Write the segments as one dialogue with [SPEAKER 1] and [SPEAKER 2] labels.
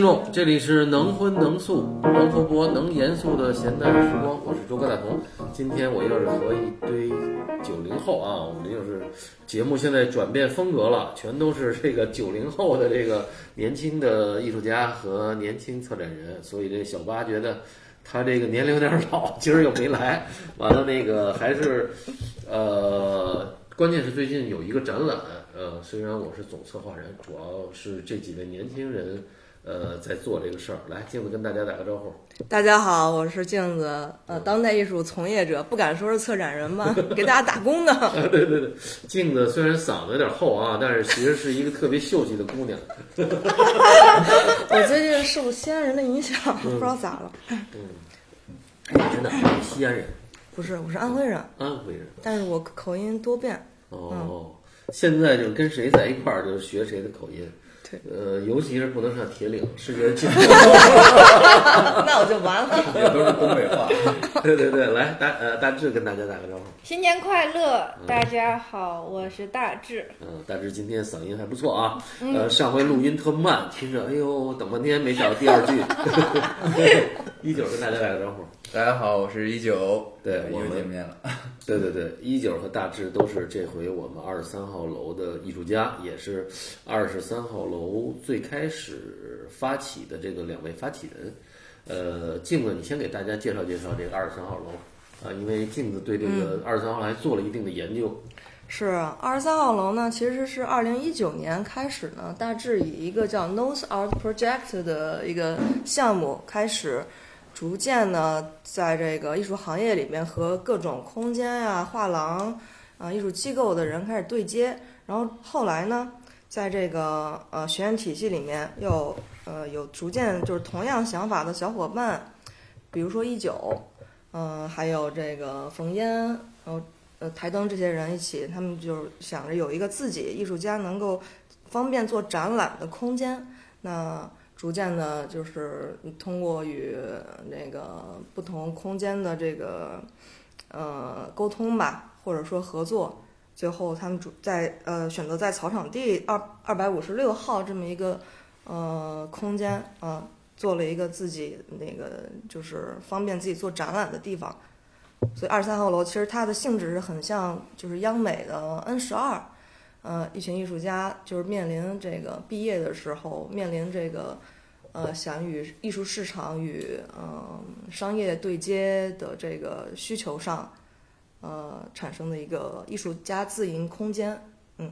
[SPEAKER 1] 众，这里是能荤能素、能活泼能严肃的闲淡时光，我是周哥大同。今天我又是和一堆九零后啊，我们又是节目现在转变风格了，全都是这个九零后的这个年轻的艺术家和年轻策展人，所以这小八觉得他这个年龄有点老，今儿又没来，完了那个还是呃。关键是最近有一个展览，呃，虽然我是总策划人，主要是这几位年轻人，呃，在做这个事儿。来，镜子跟大家打个招呼。
[SPEAKER 2] 大家好，我是镜子，呃，当代艺术从业者，不敢说是策展人吧， 给大家打工呢。
[SPEAKER 1] 对对对，镜子虽然嗓子有点厚啊，但是其实是一个特别秀气的姑娘。
[SPEAKER 2] 我最近受西安人的影响，不知道咋了。
[SPEAKER 1] 哎真的，西安人，
[SPEAKER 2] 不是，我是安徽人，
[SPEAKER 1] 安徽人。
[SPEAKER 2] 但是我口音多变。
[SPEAKER 1] 哦，现在就是跟谁在一块儿就学谁的口音。
[SPEAKER 2] 对，
[SPEAKER 1] 呃，尤其是不能上铁岭，是觉得镜子。
[SPEAKER 2] 那我就完了。
[SPEAKER 3] 也都是东北话。
[SPEAKER 1] 对对对，来大呃大志跟大家打个招呼。
[SPEAKER 4] 新年快乐，大家好，我是大志。
[SPEAKER 1] 嗯，大致今天嗓音还不错啊。呃，上回录音特慢，听着，哎呦，等半天没找到第二句。 一九跟大家打个招呼。
[SPEAKER 3] 大家好，我是一九，
[SPEAKER 1] 对我
[SPEAKER 3] 又
[SPEAKER 1] 们
[SPEAKER 3] 见面了。
[SPEAKER 1] 对对对，一九和大志都是这回我们二十三号楼的艺术家，也是二十三号楼最开始发起的这个两位发起人。呃，镜子，你先给大家介绍介绍这个二十三号楼啊，因为镜子对这个二十三号楼还做了一定的研究。
[SPEAKER 2] 是二十三号楼呢，其实是二零一九年开始呢，大致以一个叫 Nose Art Project 的一个项目开始，逐渐呢，在这个艺术行业里面和各种空间呀、画廊啊、艺术机构的人开始对接，然后后来呢，在这个呃学院体系里面又呃有逐渐就是同样想法的小伙伴，比如说一九，嗯，还有这个冯烟，然后呃台灯这些人一起，他们就是想着有一个自己艺术家能够方便做展览的空间。那逐渐的，就是通过与那个不同空间的这个呃沟通吧，或者说合作，最后他们主在呃选择在草场地二二百五十六号这么一个呃空间啊、呃做了一个自己那个就是方便自己做展览的地方。所以二十三号楼其实它的性质是很像就是央美的 N 十二，呃，一群艺术家就是面临这个毕业的时候，面临这个呃想与艺术市场与嗯、商业对接的这个需求上，呃产生的一个艺术家自营空间，嗯，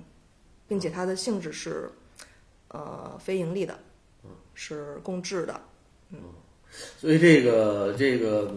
[SPEAKER 2] 并且它的性质是呃非盈利的，
[SPEAKER 1] 嗯
[SPEAKER 2] 是共治的，
[SPEAKER 1] 所以这个这个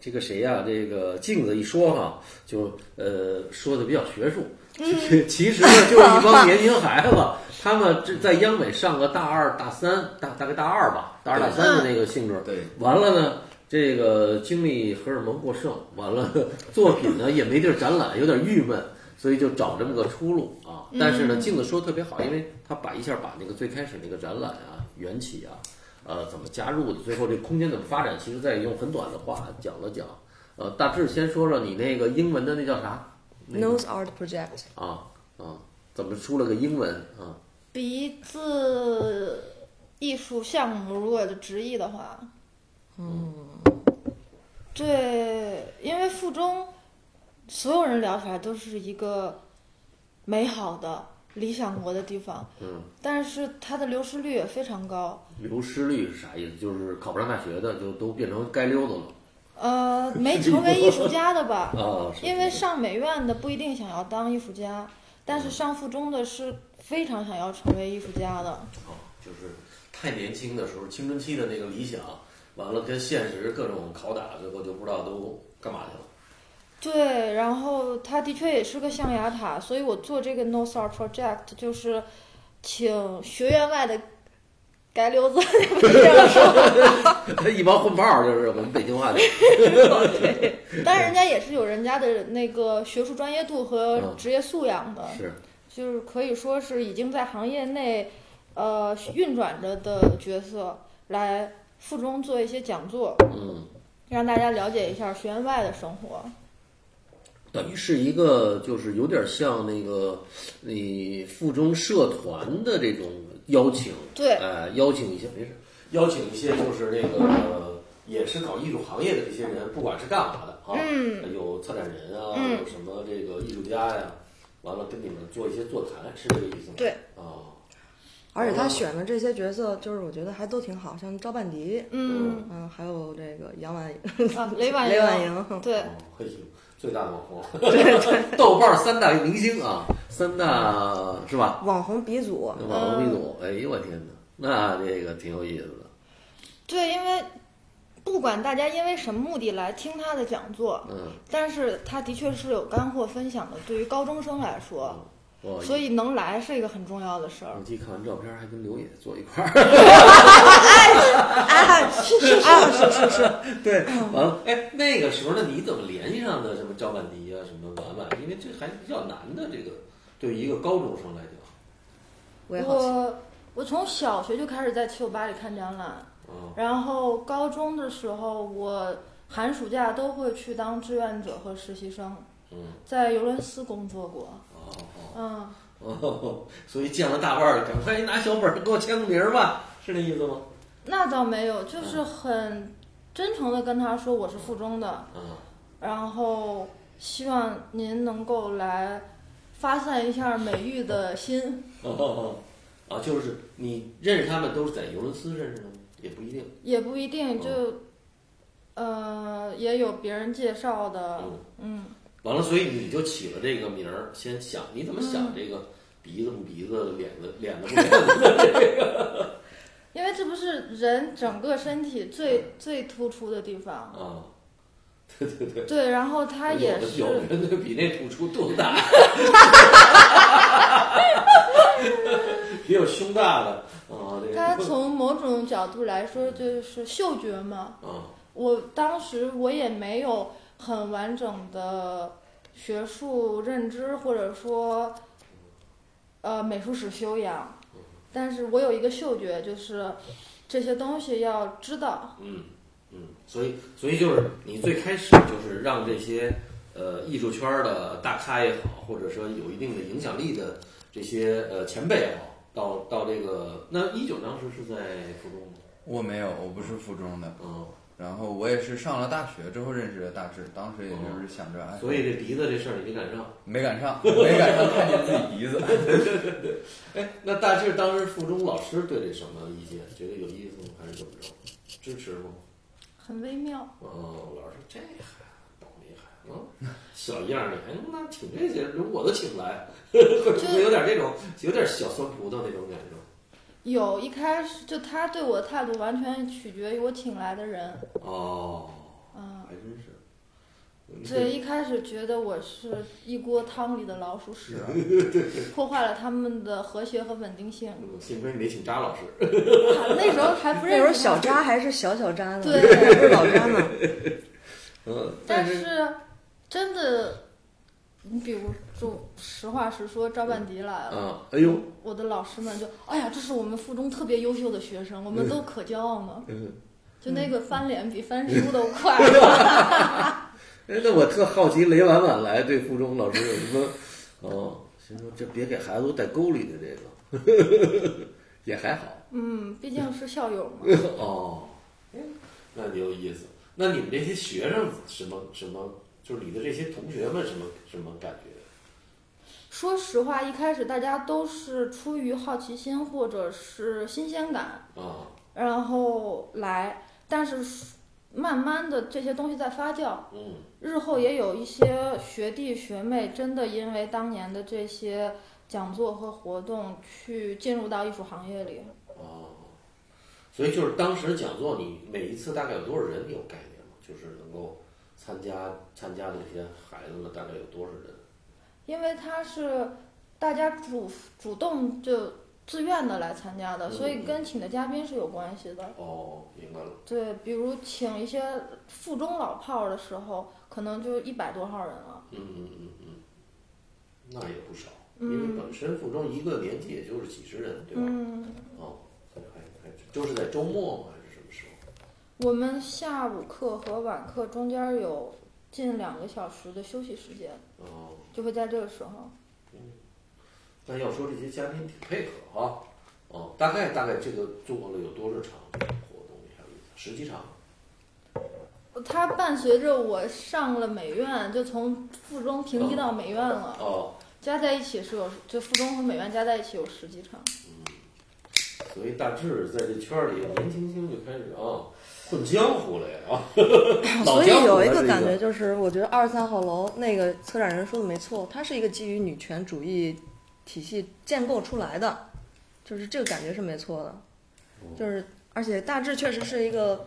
[SPEAKER 1] 这个谁呀、这个镜子一说哈、就呃说的比较学术。其其实呢，就是一帮年轻孩子，他们这在央美上个大二、大三、大大概大二吧，大二大三的那个性质。
[SPEAKER 3] 对，
[SPEAKER 1] 完了呢，这个精力荷尔蒙过剩，完了 作品呢也没地儿展览，有点郁闷，所以就找这么个出路啊。
[SPEAKER 4] 嗯
[SPEAKER 1] 但是呢，镜子说得特别好，因为他把一下把那个最开始那个展览啊、缘起啊，呃，怎么加入的，最后这空间怎么发展，其实在用很短的话讲了讲。呃，大致先说说你那个英文的那叫啥？那个
[SPEAKER 2] Nose Art Project。
[SPEAKER 1] 啊啊，怎么出了个英文啊？
[SPEAKER 4] 鼻子艺术项目，如果直译的话，嗯，对，因为附中所有人聊起来都是一个美好的理想国的地方，
[SPEAKER 1] 嗯，
[SPEAKER 4] 但是它的流失率也非常高，
[SPEAKER 1] 流失率是啥意思？就是考不上大学的就都变成街溜子了
[SPEAKER 4] 呃，没成为艺术家的吧，
[SPEAKER 1] 啊？是
[SPEAKER 4] 因为上美院的不一定想要当艺术家，但是上附中的是非常想要成为艺术家的。
[SPEAKER 1] 哦，就是太年轻的时候，青春期的那个理想，完了跟现实各种拷打，最后就不知道都干嘛去了。
[SPEAKER 4] 对，然后它的确也是个象牙塔，所以我做这个 No s a r Project 就是请学院外的街溜子，不是这样说，
[SPEAKER 1] 一帮混炮儿就是我们北京话的，
[SPEAKER 4] 当然人家也是有人家的那个学术专业度和
[SPEAKER 1] 嗯
[SPEAKER 4] 职业素养的，
[SPEAKER 1] 是
[SPEAKER 4] 就是可以说是已经在行业内呃运转着的角色来附中做一些讲座。
[SPEAKER 1] 嗯，
[SPEAKER 4] 让大家了解一下学院外的生活。
[SPEAKER 1] 等于是一个就是有点像那个你附中社团的这种邀请，
[SPEAKER 4] 对
[SPEAKER 1] 哎、邀请一些没事，邀请一些就是那个、呃也是搞艺术行业的这些人，不管是干嘛的
[SPEAKER 2] 哦
[SPEAKER 1] 啊，
[SPEAKER 4] 嗯
[SPEAKER 1] 有策展人啊，
[SPEAKER 4] 嗯
[SPEAKER 1] 有什么这个艺术家呀，完了跟你们做一些座谈，是这个意思吗？
[SPEAKER 4] 对，
[SPEAKER 1] 哦，
[SPEAKER 2] 而且他选的这些角色，就是我觉得还都挺好，像赵半迪，
[SPEAKER 4] 嗯
[SPEAKER 2] 嗯，还有这个杨婉
[SPEAKER 4] 啊，雷
[SPEAKER 2] 嗯
[SPEAKER 4] 婉
[SPEAKER 2] 雷婉
[SPEAKER 4] 莹，
[SPEAKER 2] 莹，
[SPEAKER 4] 对，
[SPEAKER 1] 哦嘿呦，最大的网红，豆瓣三大明星啊，三大是吧？
[SPEAKER 2] 网红鼻 祖，
[SPEAKER 4] 啊
[SPEAKER 1] 网
[SPEAKER 4] 嗯
[SPEAKER 1] 红鼻祖，哎呦我天哪，那这个挺有意思的，
[SPEAKER 4] 对，因为不管大家因为什么目的来听他的讲座，
[SPEAKER 1] 嗯，
[SPEAKER 4] 但是他的确是有干货分享的，对于高中生来说，
[SPEAKER 1] 我
[SPEAKER 4] 啊所以能来是一个很重要的事儿
[SPEAKER 2] 嗯
[SPEAKER 1] 我。记看完照片还跟刘野坐一块儿。
[SPEAKER 2] 哎，是是是是是，
[SPEAKER 1] 对，
[SPEAKER 4] 嗯
[SPEAKER 1] 完了，哎，那个时候呢，你怎么联系上的？什么赵曼迪啊，什么婉婉？因为这还比较难的，这个对于一个高中生来讲，
[SPEAKER 2] 我也好奇，
[SPEAKER 4] 我我从小学就开始在七九八里看展览，
[SPEAKER 1] 啊，
[SPEAKER 2] 哦
[SPEAKER 4] 然后高中的时候，我寒暑假都会去当志愿者和实习生，
[SPEAKER 1] 嗯，
[SPEAKER 4] 在尤伦斯工作过。
[SPEAKER 1] 哦
[SPEAKER 4] 嗯，
[SPEAKER 1] 哦哦，所以见了大腕儿，赶快拿小本儿给我签个名儿吧，是那意思吗？
[SPEAKER 4] 那倒没有，
[SPEAKER 1] 嗯
[SPEAKER 4] 就是很真诚的跟他说我是附中的，
[SPEAKER 1] 啊，
[SPEAKER 4] 然后希望您能够来发散一下美育的心，
[SPEAKER 1] 哦哦哦，啊，就是你认识他们都是在尤伦斯认识的吗？也不一定，
[SPEAKER 4] 也不一
[SPEAKER 1] 嗯
[SPEAKER 4] 定就，呃，也有别人介绍的，
[SPEAKER 1] 嗯，
[SPEAKER 4] 嗯，
[SPEAKER 1] 完了，所以你就起了这个名儿，先想你怎么想这个鼻子不鼻子，脸子脸子不脸子，
[SPEAKER 4] 因为这不是人整个身体最最突出的地方，
[SPEAKER 1] 啊，对对对。
[SPEAKER 4] 对，然后他也是
[SPEAKER 1] 有的有人就比那突出肚子 大， 也有胸大的啊，这个
[SPEAKER 4] 他从某种角度来说就是嗅觉嘛。
[SPEAKER 1] 啊
[SPEAKER 4] 我当时我也没有很完整的学术认知，或者说呃美术史修养，但是我有一个嗅觉，就是这些东西要知道。
[SPEAKER 1] 嗯嗯，所以所以就是你最开始就是让这些呃艺术圈的大咖也好，或者说有一定的影响力的这些呃前辈也好。到到这个，那一九当时是在附中吗？
[SPEAKER 3] 我没有，我不是附中的，
[SPEAKER 1] 嗯，
[SPEAKER 3] 然后我也是上了大学之后认识的大师，当时也就是想着，哎，
[SPEAKER 1] 所以这鼻子这事儿你没赶上。
[SPEAKER 3] 没赶上，没赶上看见自己鼻子。
[SPEAKER 1] 哎，那大致当时附中老师对这什么意见？觉得有意思吗？还是怎么着？支持吗？
[SPEAKER 4] 很微妙，
[SPEAKER 1] 哦，老师说这孩子倒霉孩子，嗯小样儿，你还能拿请这些人，我都请不来， 会不会有点这种有点小酸葡萄那种感受？
[SPEAKER 4] 有一开始就他对我的态度完全取决于我请来的人，
[SPEAKER 1] 哦，
[SPEAKER 4] 嗯，
[SPEAKER 1] 还真是。嗯
[SPEAKER 4] 对，，一开始觉得我是一锅汤里的老鼠屎，破坏了他们的和谐和稳定性。
[SPEAKER 1] 嗯幸亏你没请扎老师。
[SPEAKER 4] 那时候还不
[SPEAKER 2] 那
[SPEAKER 4] 认识
[SPEAKER 2] 时候小
[SPEAKER 4] 他
[SPEAKER 2] 渣还是小小渣呢，
[SPEAKER 4] 对
[SPEAKER 2] 还不是老渣呢，
[SPEAKER 1] 嗯，
[SPEAKER 4] 但
[SPEAKER 1] 是
[SPEAKER 4] 是真的，你比如就实话实说，赵半迪来了，
[SPEAKER 1] 啊，哎呦，
[SPEAKER 4] 我的老师们就哎呀，这是我们附中特别优秀的学生，我们都可骄傲呢。
[SPEAKER 1] 嗯，
[SPEAKER 4] 就那个翻脸比翻书都 快，
[SPEAKER 1] 哎，那我特好奇雷婉婉来对附中老师有什么？哦，心说这别给孩子都带沟里的这个， 也还好。
[SPEAKER 4] 嗯，毕竟是校友嘛。
[SPEAKER 1] 哦，那你有意思。那你们这些学生什么什么，就是你的这些同学们什么什么感觉？
[SPEAKER 4] 说实话，一开始大家都是出于好奇心或者是新鲜感，
[SPEAKER 1] 啊，
[SPEAKER 4] 然后来，但是慢慢的这些东西在发酵，
[SPEAKER 1] 嗯
[SPEAKER 4] 日后也有一些学弟学妹真的因为当年的这些讲座和活动去进入到艺术行业里。
[SPEAKER 1] 哦，所以就是当时讲座，你每一次大概有多少人你有概念吗？就是能够参加参加的这些孩子们大概有多少人？
[SPEAKER 4] 因为他是大家主主动就自愿的来参加的，
[SPEAKER 1] 嗯
[SPEAKER 4] 所以跟请的嘉宾是有关系的。
[SPEAKER 1] 哦，明白了。
[SPEAKER 4] 对，比如请一些附中老炮儿的时候，可能就一百多号人了。
[SPEAKER 1] 嗯嗯嗯嗯，那也不少，因为本身附中一个年级也就是几十人，对吧？
[SPEAKER 4] 嗯，
[SPEAKER 1] 哦，还还就是在周末吗？还是什么时候？
[SPEAKER 4] 我们下午课和晚课中间有近两个小时的休息时间，
[SPEAKER 1] 哦。
[SPEAKER 4] 就会在这个时候。
[SPEAKER 1] 嗯但要说这些嘉宾挺配合啊，哦，大概大概这个做了有多少场，十几场，
[SPEAKER 4] 它伴随着我上了美院，就从附中平移到美院了，
[SPEAKER 1] 哦，
[SPEAKER 4] 加在一起是有，就附中和美院加在一起有十几场。
[SPEAKER 1] 嗯所以大致在这圈儿里年轻轻就开始啊混江湖了呀啊，老
[SPEAKER 2] 所以
[SPEAKER 1] 江湖
[SPEAKER 2] 有一
[SPEAKER 1] 了
[SPEAKER 2] 个
[SPEAKER 1] 这
[SPEAKER 2] 感觉就是，我觉得二十三号楼那个策展人说的没错，它是一个基于女权主义体系建构出来的，就是这个感觉是没错的，
[SPEAKER 1] 哦
[SPEAKER 2] 就是而且大致确实是一个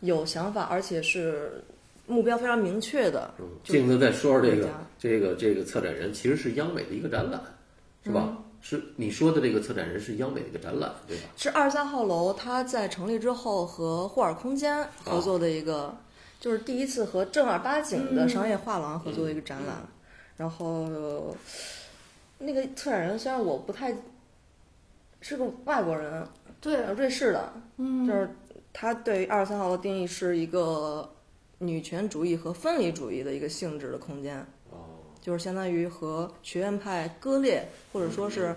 [SPEAKER 2] 有想法，而且是目标非常明确的。
[SPEAKER 1] 嗯
[SPEAKER 2] 就
[SPEAKER 1] 镜子再说说这
[SPEAKER 2] 回
[SPEAKER 1] 个
[SPEAKER 2] 家
[SPEAKER 1] 这个这个策展人，其实是央美的一个展览，是吧？
[SPEAKER 2] 嗯
[SPEAKER 1] 是你说的这个策展人是央美的一个展览，对吧？
[SPEAKER 2] 是二十三号楼，它在成立之后和霍尔空间合作的一个，就是第一次和正儿八经的商业画廊合作的一个展览。嗯然后、呃那个策展人虽然我不太是个外国人，呃
[SPEAKER 4] 对，
[SPEAKER 2] 瑞士的，
[SPEAKER 4] 嗯，
[SPEAKER 2] 就是他对于二十三号楼定义是一个女权主义和分离主义的一个性质的空间。
[SPEAKER 1] 哦，
[SPEAKER 2] 就是相当于和学院派割裂，或者说是，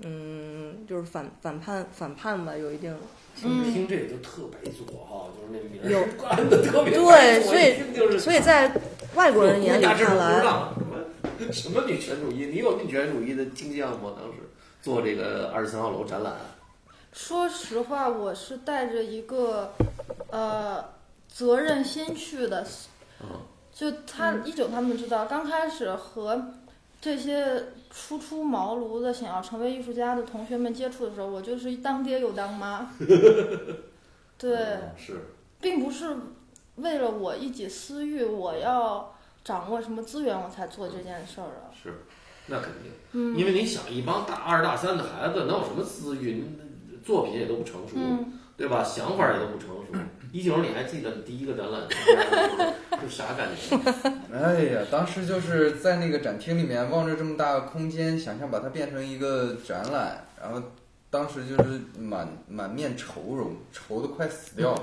[SPEAKER 2] 嗯，就是反反叛反叛吧，有一定。
[SPEAKER 1] 听着听这个就特白左哈，就是那名儿
[SPEAKER 2] 嗯有
[SPEAKER 1] 管的特别白
[SPEAKER 2] 对，
[SPEAKER 1] 左
[SPEAKER 2] 所
[SPEAKER 1] 一听就是
[SPEAKER 2] 以所以在外国人眼 里
[SPEAKER 1] 大致
[SPEAKER 2] 看
[SPEAKER 1] 不知
[SPEAKER 2] 来，
[SPEAKER 1] 道什么什么女权主义，你有女权主义的倾向吗？当时做这个二十三号楼展览，
[SPEAKER 4] 说实话，我是带着一个呃责任心去的。就他一九他们知道，刚开始和这些初出茅庐的想要成为艺术家的同学们接触的时候，我就是当爹又当妈。对，
[SPEAKER 1] 嗯是
[SPEAKER 4] 并不是为了我一己私欲，我要掌握什么资源我才做这件事儿啊。
[SPEAKER 1] 是，那肯定，
[SPEAKER 2] 嗯
[SPEAKER 1] 因为你想，一帮大二大三的孩子，能有什么资源？作品也都不成熟，
[SPEAKER 4] 嗯，
[SPEAKER 1] 对吧？想法也都不成熟。一九，你还记得你第一个展览 是啥感觉？
[SPEAKER 3] 哎呀，当时就是在那个展厅里面望着这么大的空间，想象把它变成一个展览，然后当时就是满满面愁容，愁的快死掉了。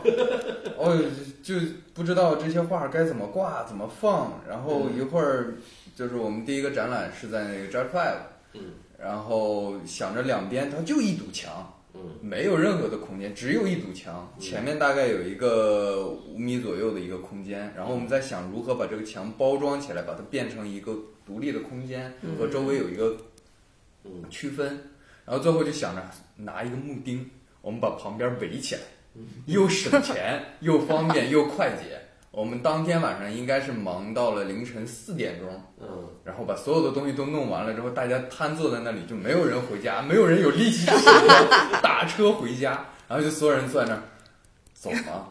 [SPEAKER 3] 哦，就不知道这些画该怎么挂，怎么放。然后一会儿就是我们第一个展览是在那个 Jar Five，
[SPEAKER 1] 嗯
[SPEAKER 3] 然后想着两边它就一堵墙，
[SPEAKER 1] 嗯，
[SPEAKER 3] 没有任何的空间，只有一堵墙，前面大概有一个五米左右的一个空间，然后我们在想如何把这个墙包装起来，把它变成一个独立的空间，和周围有一个
[SPEAKER 1] 嗯
[SPEAKER 3] 区分，然后最后就想着拿一个木钉，我们把旁边围起来，又省钱 又方便又快捷。我们当天晚上应该是忙到了凌晨四点钟，
[SPEAKER 1] 嗯，
[SPEAKER 3] 然后把所有的东西都弄完了之后，大家瘫坐在那里，就没有人回家，没有人有力气去写作打车回家，然后就所有人坐在那儿，走吧，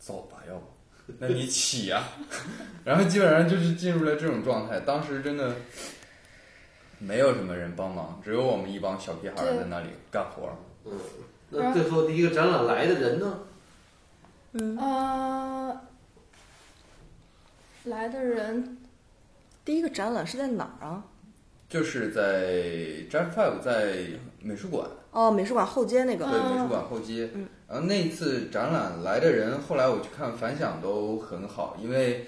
[SPEAKER 3] 走吧，要不，那你起呀、 然后基本上就是进入了这种状态。当时真的没有什么人帮忙，只有我们一帮小屁孩儿在那里干活儿。
[SPEAKER 1] 那最后第一个展览来的人呢？
[SPEAKER 2] 嗯
[SPEAKER 4] 呃，来的人
[SPEAKER 2] 第一个展览是在哪儿啊？
[SPEAKER 3] 就是在 j a c Five 在美术馆，
[SPEAKER 2] 哦，美术馆后街那个。
[SPEAKER 3] 对，美术馆后街。然后那次展览来的人，后来我去看反响都很好，因为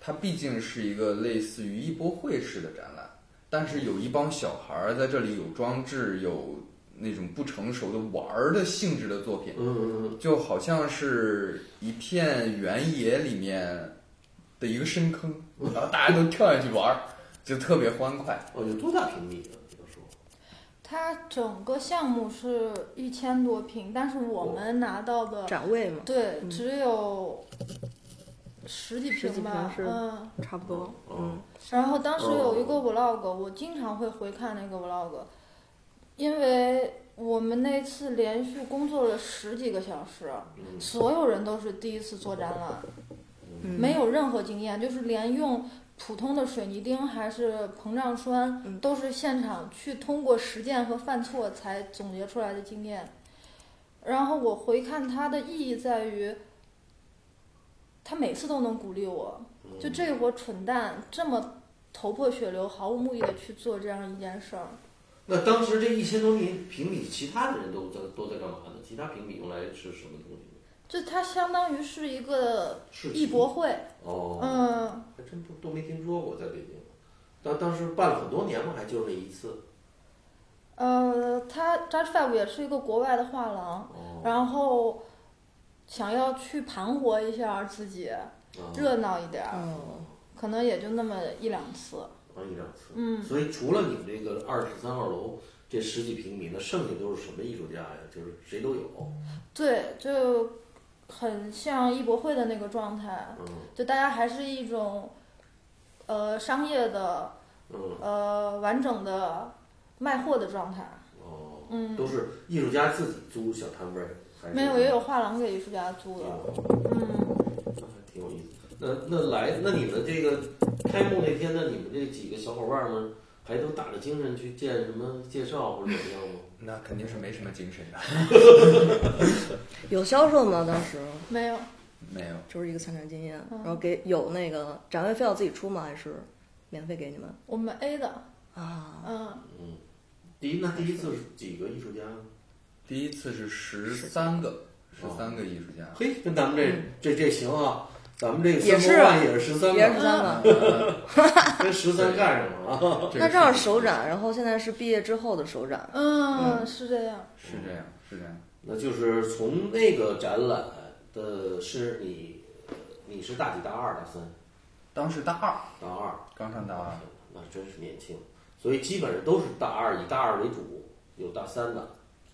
[SPEAKER 3] 它毕竟是一个类似于艺博会式的展览，但是有一帮小孩儿在这里有装置，有那种不成熟的玩儿的性质的作品，
[SPEAKER 1] 嗯嗯
[SPEAKER 3] 就好像是一片原野里面的一个深坑，然后大家都跳下去玩儿，就特别欢快。
[SPEAKER 1] 嗯，哦，有多大平米啊？这个时候
[SPEAKER 4] 它整个项目是一千多平，但是我们拿到的、
[SPEAKER 2] 展位嘛，
[SPEAKER 4] 对只有十几
[SPEAKER 2] 嗯十几
[SPEAKER 4] 平吧，
[SPEAKER 2] 平是
[SPEAKER 4] 嗯。
[SPEAKER 2] 差不多。
[SPEAKER 1] 嗯
[SPEAKER 2] 嗯，
[SPEAKER 4] 然后当时有一个
[SPEAKER 1] 哦
[SPEAKER 4] vlog，、我经常会回看那个 vlog，因为我们那次连续工作了十几个小时，
[SPEAKER 1] 嗯
[SPEAKER 4] 所有人都是第一次做展览，
[SPEAKER 2] 嗯
[SPEAKER 4] 没有任何经验，就是连用普通的水泥钉还是膨胀栓，
[SPEAKER 2] 嗯
[SPEAKER 4] 都是现场去通过实践和犯错才总结出来的经验。然后我回看它的意义在于，他每次都能鼓励我，嗯就这伙蠢蛋这么头破血流、毫无目的的去做这样一件事儿。
[SPEAKER 1] 那当时这一千多平平米，其他的人都在都在干嘛呢？其他平米用来是什么东西呢？
[SPEAKER 4] 就它相当于是一个
[SPEAKER 1] 是
[SPEAKER 4] 艺博会，
[SPEAKER 1] 哦，
[SPEAKER 4] 嗯，
[SPEAKER 1] 还真不都没听说过，在北京。当当时办了很多年嘛，还就那一次。
[SPEAKER 4] 呃，它 j u d g e Five 也是一个国外的画廊，
[SPEAKER 1] 哦，
[SPEAKER 4] 然后想要去盘活一下自己，
[SPEAKER 1] 啊，
[SPEAKER 4] 热闹一点儿，
[SPEAKER 2] 嗯，
[SPEAKER 4] 可能也就那么一两次。
[SPEAKER 1] 玩一两次。
[SPEAKER 4] 嗯，
[SPEAKER 1] 所以除了你们这个二十三号楼这十几平米，那剩下都是什么艺术家呀？就是谁都有。
[SPEAKER 4] 嗯对，就很像艺博会的那个状态，
[SPEAKER 1] 嗯
[SPEAKER 4] 就大家还是一种，呃，商业的，
[SPEAKER 1] 嗯
[SPEAKER 4] 呃，完整的卖货的状态。
[SPEAKER 1] 哦，
[SPEAKER 4] 嗯，
[SPEAKER 1] 都是艺术家自己租小摊位，还是啊
[SPEAKER 4] 没有，也有画廊给艺术家租的。嗯，
[SPEAKER 1] 那还挺有意思。那那来，那你们这个开幕那天，那你们这几个小伙伴们还都打着精神去见什么介绍或者怎么样吗？
[SPEAKER 3] 那肯定是没什么精神 的。
[SPEAKER 2] 有销售吗？当时
[SPEAKER 4] 没有，
[SPEAKER 3] 没有，
[SPEAKER 2] 就是一个参展经验，
[SPEAKER 4] 嗯
[SPEAKER 2] 然后给有那个展位费要自己出吗？还是免费给你们
[SPEAKER 4] 我们 A 的，
[SPEAKER 2] 啊？
[SPEAKER 4] 嗯，
[SPEAKER 1] 嗯，第一那第一次是几个艺术家？
[SPEAKER 3] 第一次是十三个，十三个艺术家。
[SPEAKER 1] 嘿，跟咱们 这这这行啊，咱们这个
[SPEAKER 2] 也是啊
[SPEAKER 1] 三万也是十三
[SPEAKER 2] 也是
[SPEAKER 1] 嘛
[SPEAKER 2] 十，三个，
[SPEAKER 3] 呃
[SPEAKER 1] 跟十三干上 了啊。
[SPEAKER 3] 这
[SPEAKER 2] 那
[SPEAKER 3] 个
[SPEAKER 2] 这样
[SPEAKER 3] 是
[SPEAKER 2] 是首展，然后现在是毕业之后的首展，
[SPEAKER 4] 嗯，是这样。
[SPEAKER 3] 是这样，是这样。
[SPEAKER 1] 那就是从那个展览的是你，呃你是大几大二大三
[SPEAKER 3] 当时大二，
[SPEAKER 1] 大二，
[SPEAKER 3] 刚上大二，
[SPEAKER 1] 那真是年轻，所以基本上都是大二以大二为主，有大三的。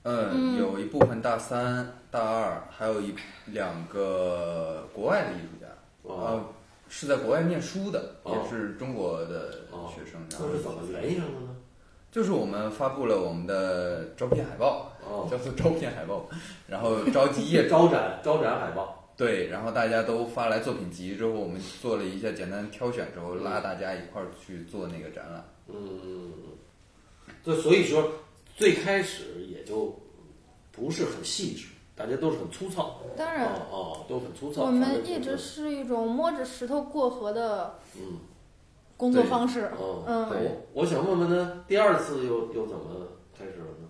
[SPEAKER 3] 嗯，
[SPEAKER 4] 嗯
[SPEAKER 3] 有一部分大三、大二，还有一两个国外的艺术家，
[SPEAKER 1] 哦，
[SPEAKER 3] 呃，是在国外念书的，
[SPEAKER 1] 哦
[SPEAKER 3] 也是中国的学生。然
[SPEAKER 1] 那
[SPEAKER 3] 后哎
[SPEAKER 1] 是怎么联系上的呢？
[SPEAKER 3] 就是我们发布了我们的招聘海报，
[SPEAKER 1] 哦，
[SPEAKER 3] 叫做招聘海报，然后召 集业
[SPEAKER 1] 招展招展海报，
[SPEAKER 3] 对，然后大家都发来作品集之后，我们做了一下简单挑选之后，拉大家一块儿去做那个展览。
[SPEAKER 1] 嗯，这所以说最开始也就不是很细致，大家都是很粗糙，
[SPEAKER 4] 当然，
[SPEAKER 1] 哦哦，都很粗糙。
[SPEAKER 4] 我
[SPEAKER 1] 反正
[SPEAKER 4] 们一直是一种摸着石头过河的
[SPEAKER 1] 嗯
[SPEAKER 4] 工作
[SPEAKER 3] 对
[SPEAKER 4] 方 式。
[SPEAKER 1] 哦，
[SPEAKER 4] 嗯，
[SPEAKER 1] 我我想问问他第二次又又怎么开始了呢？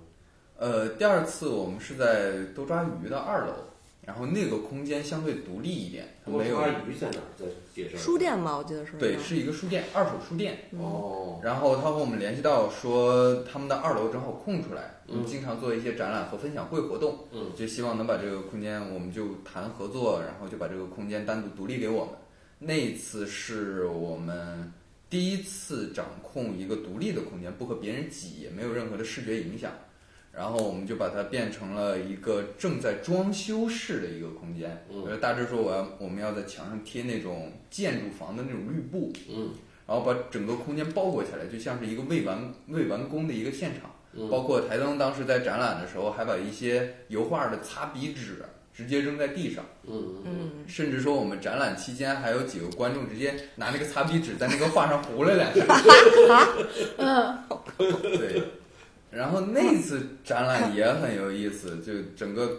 [SPEAKER 3] 呃，第二次我们是在多抓鱼的二楼，然后那个空间相对独立一点，它
[SPEAKER 1] 多
[SPEAKER 3] 没有
[SPEAKER 1] 抓鱼在哪儿？在介绍
[SPEAKER 2] 书店吧，我记得是嗯
[SPEAKER 3] 对，是一个书店，二手书店。
[SPEAKER 1] 哦，
[SPEAKER 3] 然后他和我们联系到说，他们的二楼正好空出来，
[SPEAKER 1] 嗯
[SPEAKER 3] 经常做一些展览和分享会活动，
[SPEAKER 1] 嗯
[SPEAKER 3] 就希望能把这个空间，我们就谈合作，然后就把这个空间单独独立给我们。那一次是我们第一次掌控一个独立的空间，不和别人挤，也没有任何的视觉影响。然后我们就把它变成了一个正在装修室的一个空间，
[SPEAKER 1] 嗯
[SPEAKER 3] 呃，大致说我要我们要在墙上贴那种建筑房的那种绿布，
[SPEAKER 1] 嗯
[SPEAKER 3] 然后把整个空间包裹起来，就像是一个未完未完工的一个现场。
[SPEAKER 1] 嗯，
[SPEAKER 3] 包括台灯当时在展览的时候，还把一些油画的擦笔纸直接扔在地上，
[SPEAKER 1] 嗯嗯
[SPEAKER 2] 嗯，
[SPEAKER 3] 甚至说我们展览期间还有几个观众直接拿那个擦笔纸在那个画上糊了两下。
[SPEAKER 4] 嗯，
[SPEAKER 3] 对，然后那次展览也很有意思，就整个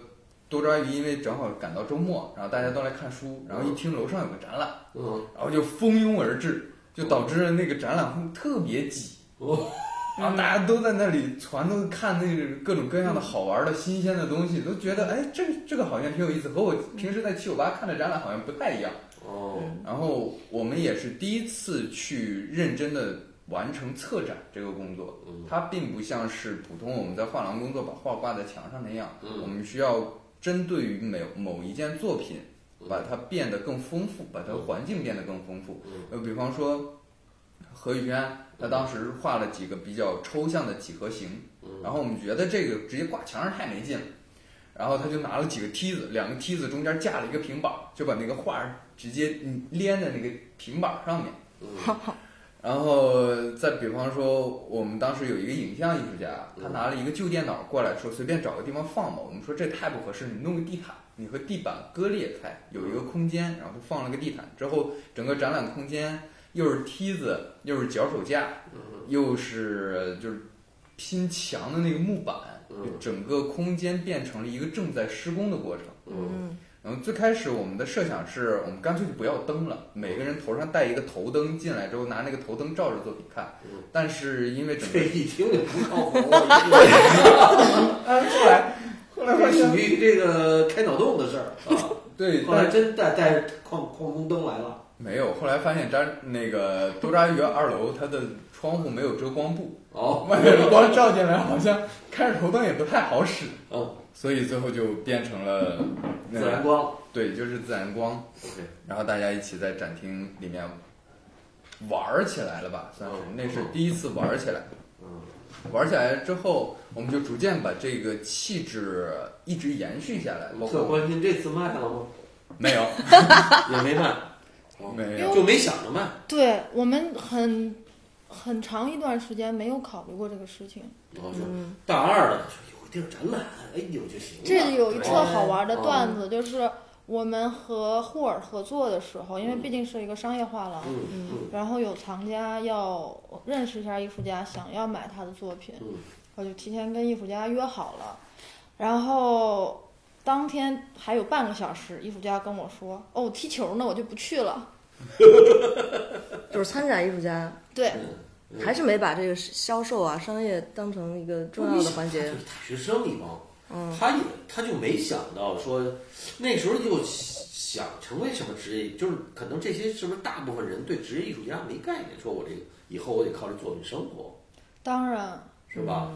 [SPEAKER 3] 多抓鱼，因为正好赶到周末，然后大家都来看书，然后一听楼上有个展览，
[SPEAKER 1] 嗯
[SPEAKER 3] 然后就蜂拥而至，就导致了那个展览会特别挤。
[SPEAKER 1] 哦
[SPEAKER 3] 然后大家都在那里传，都看那个各种各样的好玩的、新鲜的东西，都觉得哎，这这个好像挺有意思，和我平时在七九八看的展览好像不太一样。
[SPEAKER 1] 哦
[SPEAKER 3] 然后我们也是第一次去认真的完成策展这个工作，
[SPEAKER 1] 嗯
[SPEAKER 3] 它并不像是普通我们在画廊工作把画挂在墙上那样，我
[SPEAKER 1] 嗯
[SPEAKER 3] 们需要针对于某某一件作品，
[SPEAKER 1] 嗯
[SPEAKER 3] 把它变得更丰富，把它环境变得更丰富。
[SPEAKER 1] 嗯
[SPEAKER 3] 呃，比方说何雨轩，他当时画了几个比较抽象的几何形，
[SPEAKER 1] 嗯
[SPEAKER 3] 然后我们觉得这个直接挂墙上太没劲了，然后他就拿了几个梯子，两个梯子中间架了一个平板儿，就把那个画儿直接嗯连在那个平板儿上面。
[SPEAKER 1] 嗯
[SPEAKER 3] 然后再比方说，我们当时有一个影像艺术家，他拿了一个旧电脑过来说，随便找个地方放吧。我们说这太不合适，你弄个地毯，你和地板割裂开，有一个空间，然后他放了个地毯。之后整个展览空间又是梯子，又是脚手架，
[SPEAKER 1] 嗯
[SPEAKER 3] 又是就是拼墙的那个木板，
[SPEAKER 1] 嗯
[SPEAKER 3] 就整个空间变成了一个正在施工的过程。
[SPEAKER 1] 嗯
[SPEAKER 3] 然后最开始我们的设想是我们干脆就不要灯了，每个人头上戴一个头灯，进来之后拿那个头灯照着作品看
[SPEAKER 1] 嗯。
[SPEAKER 3] 但是因为整个
[SPEAKER 1] 这一听就不靠 谱，我一听
[SPEAKER 3] 后来后
[SPEAKER 1] 这属于这个开脑洞的事儿 啊。
[SPEAKER 3] 对，
[SPEAKER 1] 后
[SPEAKER 3] 但
[SPEAKER 1] 来
[SPEAKER 3] 是
[SPEAKER 1] 真带带矿矿工灯来了，
[SPEAKER 3] 没有，后来发现张那个多抓鱼二楼它的窗户没有遮光布，
[SPEAKER 1] 哦
[SPEAKER 3] 外面的光照进来，好像开着头灯也不太好使，
[SPEAKER 1] 哦，
[SPEAKER 3] 所以最后就变成了那
[SPEAKER 1] 嗯自然光
[SPEAKER 3] 对，就是自然光，
[SPEAKER 1] ，OK，
[SPEAKER 3] 然后大家一起在展厅里面玩儿起来了吧，算是
[SPEAKER 1] 嗯
[SPEAKER 3] 那是第一次玩儿起来。
[SPEAKER 1] 嗯
[SPEAKER 3] 玩起来之后，我们就逐渐把这个气质一直延续下来，包
[SPEAKER 1] 特
[SPEAKER 3] 括
[SPEAKER 1] 关心这次卖了吗？
[SPEAKER 3] 没有
[SPEAKER 1] 也没卖，
[SPEAKER 3] 没
[SPEAKER 4] 因
[SPEAKER 3] 有
[SPEAKER 4] 为
[SPEAKER 1] 就没想着卖。
[SPEAKER 4] 对我们很很长一段时间没有考虑过这个事情。
[SPEAKER 1] 然后说
[SPEAKER 2] 嗯
[SPEAKER 1] 大二的说有个地儿展览，哎呦就行了。
[SPEAKER 4] 这里有一特好玩的
[SPEAKER 1] 对
[SPEAKER 4] 段子，就是我们和霍尔合作的时候，因为毕竟是一个商业画廊，
[SPEAKER 1] 嗯嗯
[SPEAKER 4] 然后有藏家要认识一下艺术家，想要买他的作品，
[SPEAKER 1] 嗯
[SPEAKER 4] 我就提前跟艺术家约好了，然后当天还有半个小时，艺术家跟我说：“哦，踢球呢，我就不去了。
[SPEAKER 2] 就是参展艺术家
[SPEAKER 4] 对”
[SPEAKER 1] 嗯
[SPEAKER 2] 还是没把这个销售啊、商业当成一个重要的环节
[SPEAKER 1] 就。是大学生一帮，
[SPEAKER 2] 嗯，
[SPEAKER 1] 他也他就没想到说，那时候就想成为什么职业，就是可能这些是不是大部分人对职业艺术家没概念，说我这个以后我得靠这作品生活，
[SPEAKER 4] 当然，
[SPEAKER 1] 是吧？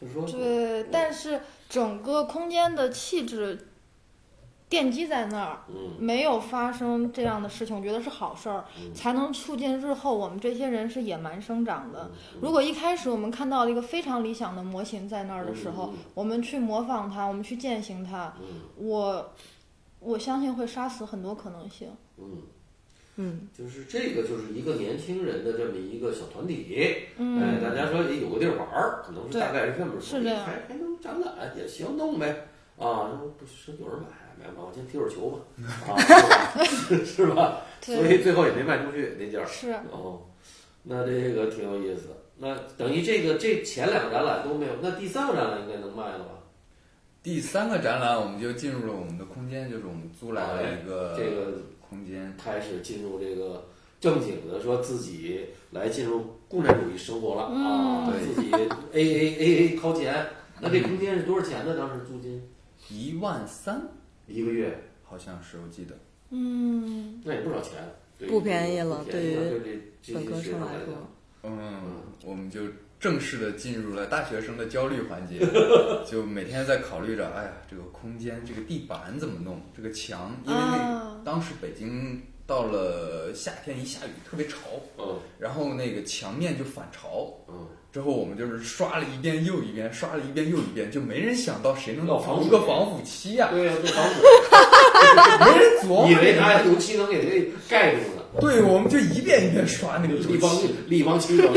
[SPEAKER 1] 就是说，
[SPEAKER 4] 对，但是整个空间的气质奠基在那儿，
[SPEAKER 1] 嗯
[SPEAKER 4] 没有发生这样的事情，我觉得是好事儿，
[SPEAKER 1] 嗯
[SPEAKER 4] 才能促进日后我们这些人是野蛮生长的。
[SPEAKER 1] 嗯
[SPEAKER 4] 如果一开始我们看到了一个非常理想的模型在那儿的时候
[SPEAKER 1] 嗯嗯，
[SPEAKER 4] 我们去模仿它，我们去践行它，
[SPEAKER 1] 嗯
[SPEAKER 4] 我我相信会杀死很多可能性。
[SPEAKER 1] 嗯，
[SPEAKER 2] 嗯，
[SPEAKER 1] 就是这个就是一个年轻人的这么一个小团体，哎，
[SPEAKER 4] 嗯，
[SPEAKER 1] 大家说哎有个地儿玩儿，可能是
[SPEAKER 4] 对
[SPEAKER 1] 大概是这么说，
[SPEAKER 4] 是这样
[SPEAKER 1] 还还能展览也行，弄呗。啊，说不是有人买，买吧，我先踢会儿球吧，啊，是吧是吧？所
[SPEAKER 4] 对，
[SPEAKER 1] 以最后也没卖出去那件儿。
[SPEAKER 4] 是
[SPEAKER 1] 哦，那这个挺有意思。那等于这个这前两个展览都没有，那第三个展览应该能卖了吧？
[SPEAKER 3] 第三个展览，我们就进入了我们的空间，就是我们租来了一个
[SPEAKER 1] 这个
[SPEAKER 3] 空间，
[SPEAKER 1] 开始进入这个正经的，说自己来进入共产主义生活了、
[SPEAKER 2] 嗯
[SPEAKER 1] 啊，
[SPEAKER 3] 对
[SPEAKER 1] 自己 A A A A 掏钱。那这空间是多少钱呢？当时租金
[SPEAKER 3] 一万三，
[SPEAKER 1] 一个月，
[SPEAKER 3] 好像是我记得。
[SPEAKER 4] 嗯。
[SPEAKER 1] 那也不少钱，对于
[SPEAKER 2] 不便宜了
[SPEAKER 1] 不便宜
[SPEAKER 2] 对
[SPEAKER 1] 了
[SPEAKER 2] 于
[SPEAKER 1] 对这这
[SPEAKER 2] 本
[SPEAKER 1] 些
[SPEAKER 2] 科
[SPEAKER 1] 学
[SPEAKER 2] 生
[SPEAKER 1] 生
[SPEAKER 2] 来
[SPEAKER 1] 来
[SPEAKER 2] 说
[SPEAKER 1] 讲，
[SPEAKER 3] 嗯，我们就正式的进入了大学生的焦虑 环节，就每天在考虑着，哎呀，这个空间、这个地板怎么弄，这个墙，因为那
[SPEAKER 4] 啊
[SPEAKER 3] 当时北京到了夏天一下雨特别潮，
[SPEAKER 1] 嗯
[SPEAKER 3] 然后那个墙面就反潮，
[SPEAKER 1] 嗯，
[SPEAKER 3] 之后我们就是刷了一遍又一遍，刷了一遍又一遍，就没人想到谁能
[SPEAKER 1] 要防
[SPEAKER 3] 涂
[SPEAKER 1] 腐
[SPEAKER 3] 个防腐漆呀、
[SPEAKER 1] 对呀，这房子，
[SPEAKER 3] 没人琢磨。
[SPEAKER 1] 以为拿油漆能给它盖住呢。
[SPEAKER 3] 对，我们就一遍一遍刷那个油
[SPEAKER 1] 立邦
[SPEAKER 3] 漆。
[SPEAKER 1] 立邦清城，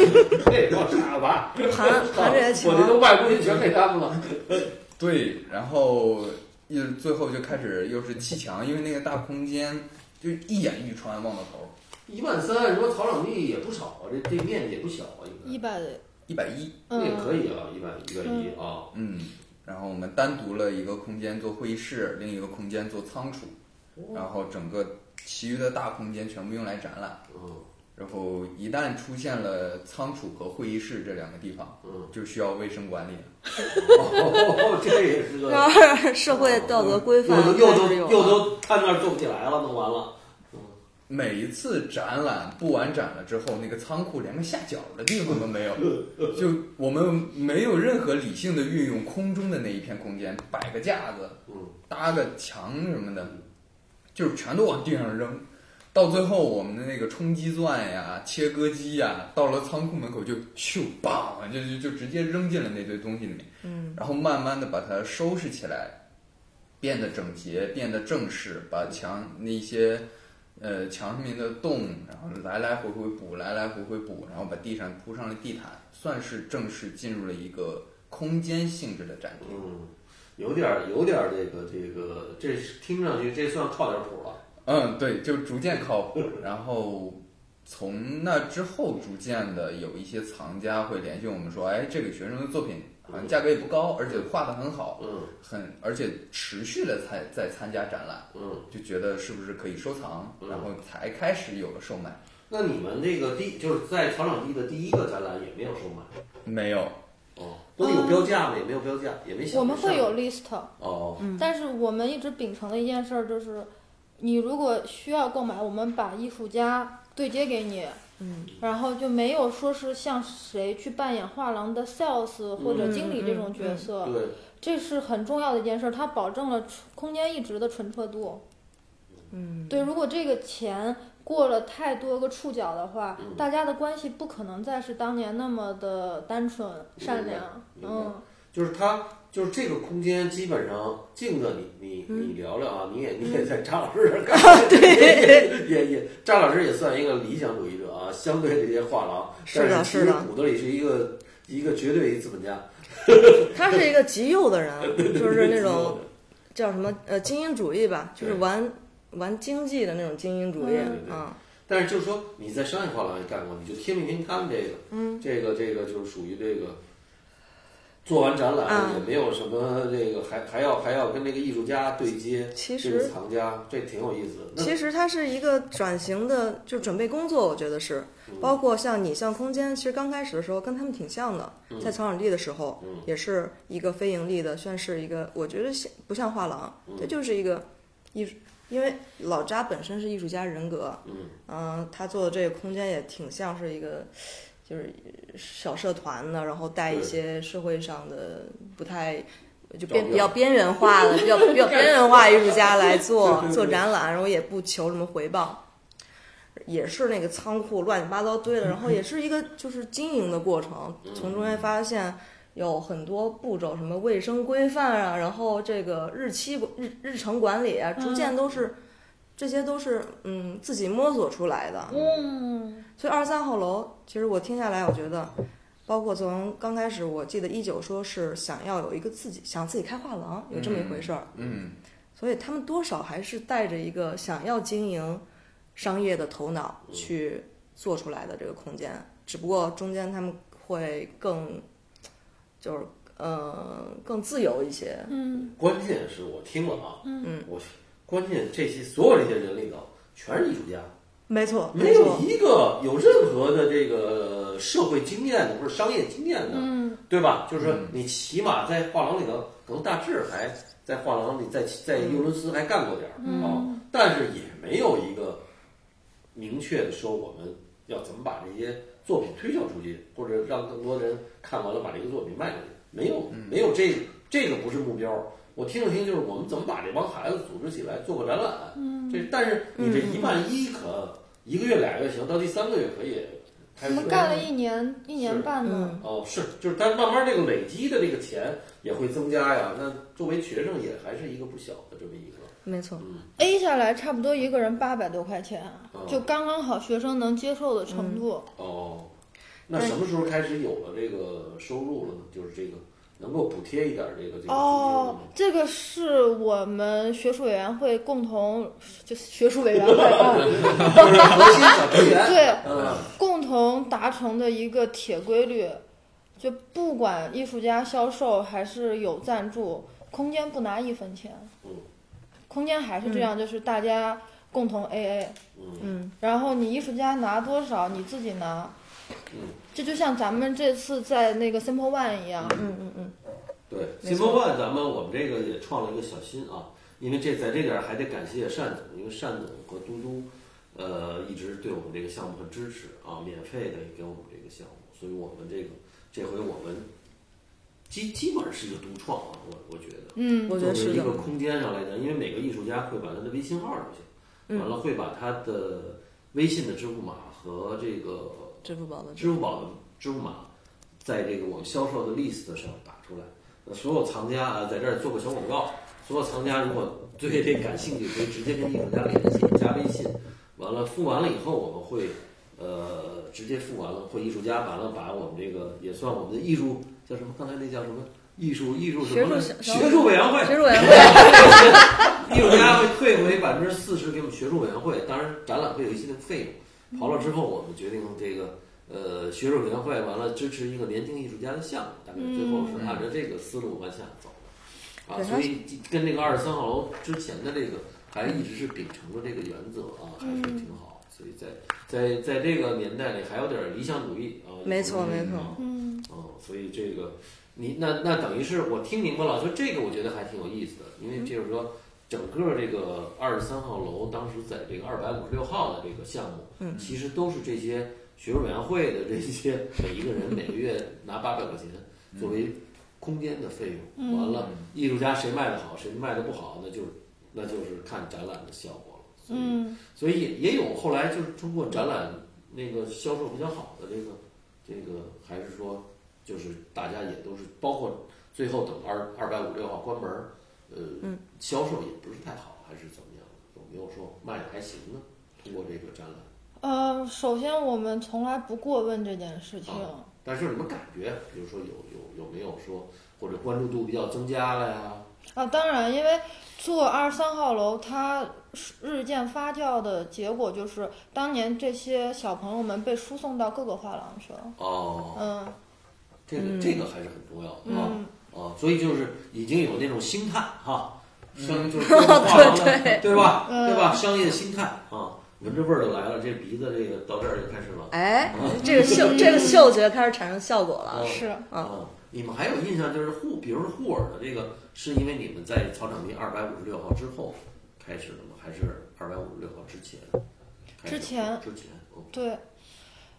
[SPEAKER 1] 这叫啥吧？
[SPEAKER 2] 盘盘这些墙
[SPEAKER 1] 我这都卖出去全给他们了。
[SPEAKER 3] 对，然后又最后就开始又是砌墙，因为那个大空间就一眼欲穿，望到头，
[SPEAKER 1] 一万三，说草场地也不少啊，这这面积也不小啊，应
[SPEAKER 4] 一
[SPEAKER 1] 该
[SPEAKER 4] 百，
[SPEAKER 3] 一百一。
[SPEAKER 1] 那也可
[SPEAKER 4] 嗯，
[SPEAKER 1] 以啊，一万一万一啊，
[SPEAKER 3] 嗯，然后我们单独了一个空间做会议室，另一个空间做仓储，然后整个其余的大空间全部用来展览。
[SPEAKER 1] 嗯
[SPEAKER 3] 然后一旦出现了仓储和会议室这两个地方，
[SPEAKER 1] 嗯，
[SPEAKER 3] 就需要卫生管理了。
[SPEAKER 1] 哦，这也是个
[SPEAKER 2] 然后社会道德规范
[SPEAKER 1] 又都又
[SPEAKER 2] 开
[SPEAKER 1] 都
[SPEAKER 2] 始有
[SPEAKER 1] 又
[SPEAKER 2] 了
[SPEAKER 1] 都瘫那儿做不起来了，弄完了，
[SPEAKER 3] 每一次展览布完展了之后，那个仓库连个下脚的地方都没有，就我们没有任何理性的运用空中的那一片空间，摆个架子，
[SPEAKER 1] 嗯，
[SPEAKER 3] 搭个墙什么的，就是全都往地上扔。到最后，我们的那个冲击钻呀、切割机呀，到了仓库门口就咻棒，就就就直接扔进了那堆东西里面。
[SPEAKER 2] 嗯，
[SPEAKER 3] 然后慢慢的把它收拾起来，变得整洁，变得正式，把墙那些呃墙上面的洞，然后来来回回补，来来回回补，然后把地上铺上了地毯，算是正式进入了一个空间性质的展厅。
[SPEAKER 1] 嗯，有点儿有点儿这个这个，这是听上去这算靠点谱了，
[SPEAKER 3] 嗯，对，就逐渐靠谱。然后从那之后，逐渐的有一些藏家会联系我们说，哎，这个学生的作品好像价格也不高，而且画的很好，
[SPEAKER 1] 嗯
[SPEAKER 3] 很而且持续的在在参加展览。
[SPEAKER 1] 嗯。
[SPEAKER 3] 就觉得是不是可以收藏，
[SPEAKER 1] 嗯
[SPEAKER 3] 然后才开始有了售卖。
[SPEAKER 1] 那你们这个第就是在草场地的第一个展览也没有售卖
[SPEAKER 3] 没有，
[SPEAKER 1] 哦，那有标价吗？也没有标价，也没想
[SPEAKER 4] 嗯我们
[SPEAKER 1] 这事儿
[SPEAKER 4] 会有 list，
[SPEAKER 1] 哦，
[SPEAKER 4] 但是我们一直秉承的一件事儿就是，你如果需要购买，我们把艺术家对接给你，
[SPEAKER 2] 嗯
[SPEAKER 4] 然后就没有说是像谁去扮演画廊的 sales 或者经理这种角色，
[SPEAKER 1] 对，
[SPEAKER 4] 这是很重要的一件事，它保证了纯空间一直的纯澈度。
[SPEAKER 2] 嗯，
[SPEAKER 4] 对，如果这个钱过了太多个触角的话，
[SPEAKER 1] 嗯
[SPEAKER 4] 大家的关系不可能再是当年那么的单纯善良。
[SPEAKER 1] 明白
[SPEAKER 4] 嗯，
[SPEAKER 1] 就是它就是这个空间基本上镜子你，你你聊聊啊，你也你也在张老师这儿干，对， 也也张老师也算一个理想主义者啊，相对这些画廊，
[SPEAKER 2] 是的
[SPEAKER 1] 但其
[SPEAKER 2] 是
[SPEAKER 1] 实
[SPEAKER 2] 的
[SPEAKER 1] 骨子里是一个一个绝对资本家，
[SPEAKER 2] 他是一个极右的 人，就是那
[SPEAKER 1] 自由
[SPEAKER 2] 种
[SPEAKER 1] 的
[SPEAKER 2] 叫什么呃精英主义吧，就是
[SPEAKER 1] 对嗯
[SPEAKER 2] 玩玩经济的那种精英主义
[SPEAKER 4] 对
[SPEAKER 1] 对对
[SPEAKER 2] 啊，
[SPEAKER 1] 但是就是说你在商业画廊也干过，你就听一听他们这个，
[SPEAKER 2] 嗯，
[SPEAKER 1] 这个这个就是属于这个，做完展览
[SPEAKER 2] 啊
[SPEAKER 1] 也没有什么这个，还还要还要跟这个艺术家对接，
[SPEAKER 2] 其
[SPEAKER 1] 这个
[SPEAKER 2] 实
[SPEAKER 1] 藏家这挺有意思的。那
[SPEAKER 2] 其实它是一个转型的，就准备工作，我觉得是，
[SPEAKER 1] 嗯
[SPEAKER 2] 包括像你像空间，其实刚开始的时候跟他们挺像的，在草场地的时候
[SPEAKER 1] 嗯
[SPEAKER 2] 也是一个非盈利的，算是一个，我觉得像不像画廊，这就是一个艺术，因为老扎本身是艺术家人格，
[SPEAKER 1] 嗯
[SPEAKER 2] 嗯，他做的这个空间也挺像是一个，就是小社团的，然后带一
[SPEAKER 1] 对
[SPEAKER 2] 些社会上的不太就
[SPEAKER 1] 招
[SPEAKER 2] 边比
[SPEAKER 1] 标
[SPEAKER 2] 较边缘化 的、比较比较边缘化艺术家来做
[SPEAKER 1] 对对对
[SPEAKER 2] 做展览，然后也不求什么回报，也是那个仓库乱七八糟堆的，然后也是一个就是经营的过程，
[SPEAKER 1] 嗯
[SPEAKER 2] 从中间发现。有很多步骤，什么卫生规范啊，然后这个日期日日程管理啊，逐渐都是，这些都是嗯自己摸索出来的。
[SPEAKER 4] 嗯，
[SPEAKER 2] 所以二十三号楼，其实我听下来，我觉得，包括从刚开始，我记得一九说是想要有一个自己想自己开画廊，有这么一回事儿，
[SPEAKER 3] 嗯，
[SPEAKER 2] 所以他们多少还是带着一个想要经营商业的头脑去做出来的这个空间，只不过中间他们会更，就是呃更自由一些，
[SPEAKER 4] 嗯，
[SPEAKER 1] 关键是我听了啊，
[SPEAKER 2] 嗯，
[SPEAKER 1] 我关键这些所有这些人里头全是艺术家，
[SPEAKER 2] 没错，
[SPEAKER 1] 没有
[SPEAKER 2] 错，
[SPEAKER 1] 一个有任何的这个社会经验的或者商业经验的，
[SPEAKER 4] 嗯，
[SPEAKER 1] 对吧？就是说你起码在画廊里头，可能大致还在画廊里，在在
[SPEAKER 2] 嗯
[SPEAKER 1] 尤伦斯还干过点儿、啊，但是也没有一个明确的说我们要怎么把这些作品推销出去，或者让更多人看完了把这个作品卖出去，没有没有这个这个不是目标。我听了听，就是我们怎么把这帮孩子组织起来做个展览，这但是你这一万一可一个月俩月行，到第三个月可以开
[SPEAKER 4] 我
[SPEAKER 1] 始
[SPEAKER 4] 们干了一年一年半呢。
[SPEAKER 1] 哦，是，就是它慢慢这个累积的这个钱也会增加呀。那作为学生也还是一个不小的这么一个，嗯
[SPEAKER 2] 没错，
[SPEAKER 4] A 下来差不多一个人八百多块钱啊
[SPEAKER 1] 哦，
[SPEAKER 4] 就刚刚好学生能接受的程度。
[SPEAKER 1] 哦，那什么时候开始有了这个收入了呢？就是这个能够补贴一点这个这个
[SPEAKER 4] 哦，
[SPEAKER 1] 资
[SPEAKER 4] 这个是我们学术委员会共同，就是学术委员会 啊，
[SPEAKER 1] 金了吗，就是核心小成员，
[SPEAKER 4] 对，
[SPEAKER 1] 嗯，
[SPEAKER 4] 共同达成的一个铁规律，就不管艺术家销售还是有赞助，空间不拿一分钱。
[SPEAKER 1] 嗯
[SPEAKER 4] 空间还是这样，就是大家共同 AA，
[SPEAKER 1] 嗯
[SPEAKER 2] 嗯
[SPEAKER 4] 然后你艺术家拿多少，你自己拿。
[SPEAKER 1] 嗯
[SPEAKER 4] 这就像咱们这次在那个 Simple One 一样，
[SPEAKER 2] 嗯嗯嗯，
[SPEAKER 1] 对
[SPEAKER 2] 没
[SPEAKER 1] ，Simple
[SPEAKER 2] 错
[SPEAKER 1] One，咱们我们这个也创了一个小新啊，因为这在这点儿还得感谢单总，因为单总和嘟嘟，呃，一直对我们这个项目很支持啊，免费的给我们这个项目，所以我们这个这回我们基基本上是一个独创啊，我我觉得，
[SPEAKER 4] 嗯，
[SPEAKER 2] 我觉
[SPEAKER 1] 作
[SPEAKER 2] 得
[SPEAKER 1] 为
[SPEAKER 2] 是
[SPEAKER 1] 一
[SPEAKER 2] 的
[SPEAKER 1] 个，空间上来讲，因为每个艺术家会把他的微信号留下，
[SPEAKER 2] 嗯
[SPEAKER 1] 完了会把他的微信的支付码和这个
[SPEAKER 2] 支付宝的
[SPEAKER 1] 支付宝的支付码在这个我们销售的 list 上打出来。那所有藏家啊，在这儿做个小广告，所有藏家如果对这感兴趣，可以直接跟艺术家联系，加微信。完了付完了以后，我们会呃直接付完了，会艺术家完了把我们这个也算我们的艺术叫什么？刚才那叫什么？艺术艺术什么来
[SPEAKER 2] 学术小
[SPEAKER 1] 学术委员会，
[SPEAKER 2] 学术委员 会，
[SPEAKER 1] 艺术家会退回百分之四十给我们学术委员会，当然展览会有一些的费用。刨了之后，我们决定这个呃学术委员会完了支持一个年轻艺术家的项目，大概最后是按照这个思路往下走的啊。
[SPEAKER 2] 嗯对
[SPEAKER 1] 所以跟这个二十三号楼之前的这个还一直是秉承着这个原则啊，还是
[SPEAKER 2] 嗯
[SPEAKER 1] 挺好。所以在在在这个年代里，还有点理想主义啊。
[SPEAKER 2] 没错没错
[SPEAKER 1] 嗯
[SPEAKER 4] 嗯，
[SPEAKER 1] 哦，所以这个你那那等于是我听明白了，说这个我觉得还挺有意思的，因为
[SPEAKER 4] 嗯
[SPEAKER 1] 就是说整个这个二十三号楼当时在这个二百五十六号的这个项目，
[SPEAKER 2] 嗯
[SPEAKER 1] 其实都是这些学术委员会的这些每一个人每个月拿八百块钱
[SPEAKER 4] 嗯
[SPEAKER 1] 作为空间的费用，完了艺术家谁卖的好，谁卖的不好，那就是那就是看展览的效果了。所以
[SPEAKER 4] 嗯，
[SPEAKER 1] 所以也也有后来就是通过展览那个销售比较好的这个这个，还是说就是大家也都是包括最后等二二百五六号关门儿，呃，
[SPEAKER 2] 嗯
[SPEAKER 1] 销售也不是太好，还是怎么样？有没有说卖的还行呢？通过这个展览，
[SPEAKER 4] 呃，首先我们从来不过问这件事情，
[SPEAKER 1] 啊但是你们感觉，比如说有有有没有说或者关注度比较增加了呀？
[SPEAKER 4] 啊，当然，因为做二十三号楼，它是日渐发酵的结果就是，当年这些小朋友们被输送到各个画廊去了。
[SPEAKER 1] 哦，
[SPEAKER 4] 嗯
[SPEAKER 1] 这个这个还是很重要的啊。
[SPEAKER 4] 嗯，
[SPEAKER 1] 啊，所以就是已经有那种心态哈，商 就是各种画廊的，
[SPEAKER 2] 对
[SPEAKER 1] 对吧？
[SPEAKER 4] 嗯
[SPEAKER 1] 对吧？商业心态啊，闻着味儿就来了，这鼻子这个到这儿就开始了
[SPEAKER 2] 哎，这个
[SPEAKER 4] 嗯
[SPEAKER 2] 嗅这个嗅觉开始产生效果了。
[SPEAKER 4] 哎是，嗯
[SPEAKER 2] 啊
[SPEAKER 1] 啊。你们还有印象就是护，比如说护耳的这个，是因为你们在草场地二百五十六号之后开始的吗？还是二百五十六号之前？开始
[SPEAKER 4] 之前
[SPEAKER 1] 之前，哦
[SPEAKER 4] 对，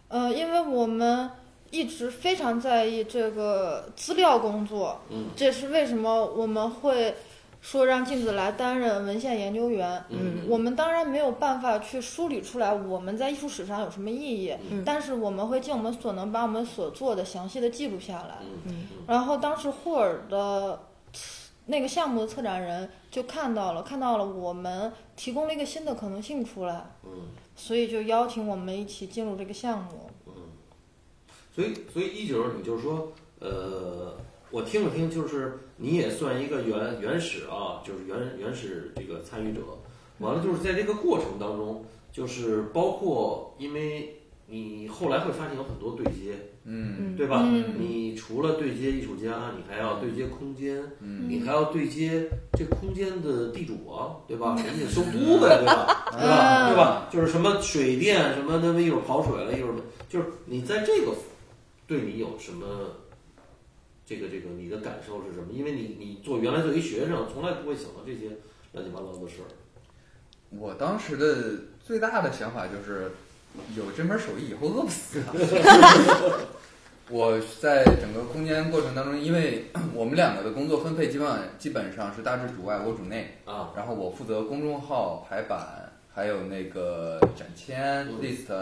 [SPEAKER 4] 呃，因为我们一直非常在意这个资料工作，
[SPEAKER 1] 嗯
[SPEAKER 4] 这是为什么我们会说让静子来担任文献研究员。
[SPEAKER 1] 嗯
[SPEAKER 4] 我们当然没有办法去梳理出来我们在艺术史上有什么意义，
[SPEAKER 2] 嗯
[SPEAKER 4] 但是我们会尽我们所能把我们所做的详细的记录下来。
[SPEAKER 1] 嗯
[SPEAKER 2] 嗯
[SPEAKER 4] 然后当时霍尔的那个项目的策展人就看到了，看到了我们提供了一个新的可能性出来，
[SPEAKER 1] 嗯
[SPEAKER 4] 所以就邀请我们一起进入这个项目。
[SPEAKER 1] 嗯，所以所以一九，你就说，呃，我听了听，就是你也算一个原原始啊，就是原原始这个参与者。完了，就是在这个过程当中，就是包括因为你后来会发现有很多对接，
[SPEAKER 3] 嗯
[SPEAKER 1] 对吧？
[SPEAKER 4] 嗯
[SPEAKER 1] 你除了对接艺术家，你还要对接空间，
[SPEAKER 3] 嗯
[SPEAKER 1] 你还要对接这空间的地主啊，对 吧？人家收租呗，对吧？对吧？
[SPEAKER 4] 嗯
[SPEAKER 1] 对吧？就是什么水电什么，那么一会儿跑水了，一会儿就是你在这个对你有什么这个这个你的感受是什么？因为你你做原来作为学生，从来不会想到这些乱七八糟的事儿。
[SPEAKER 3] 我当时的最大的想法就是，有这门手艺以后饿不死啊。 我在整个空间过程当中，因为我们两个的工作分配基本基本上是大致主外，我主内。
[SPEAKER 1] 啊，
[SPEAKER 3] 然后我负责公众号排版，还有那个展签、
[SPEAKER 1] 嗯
[SPEAKER 3] list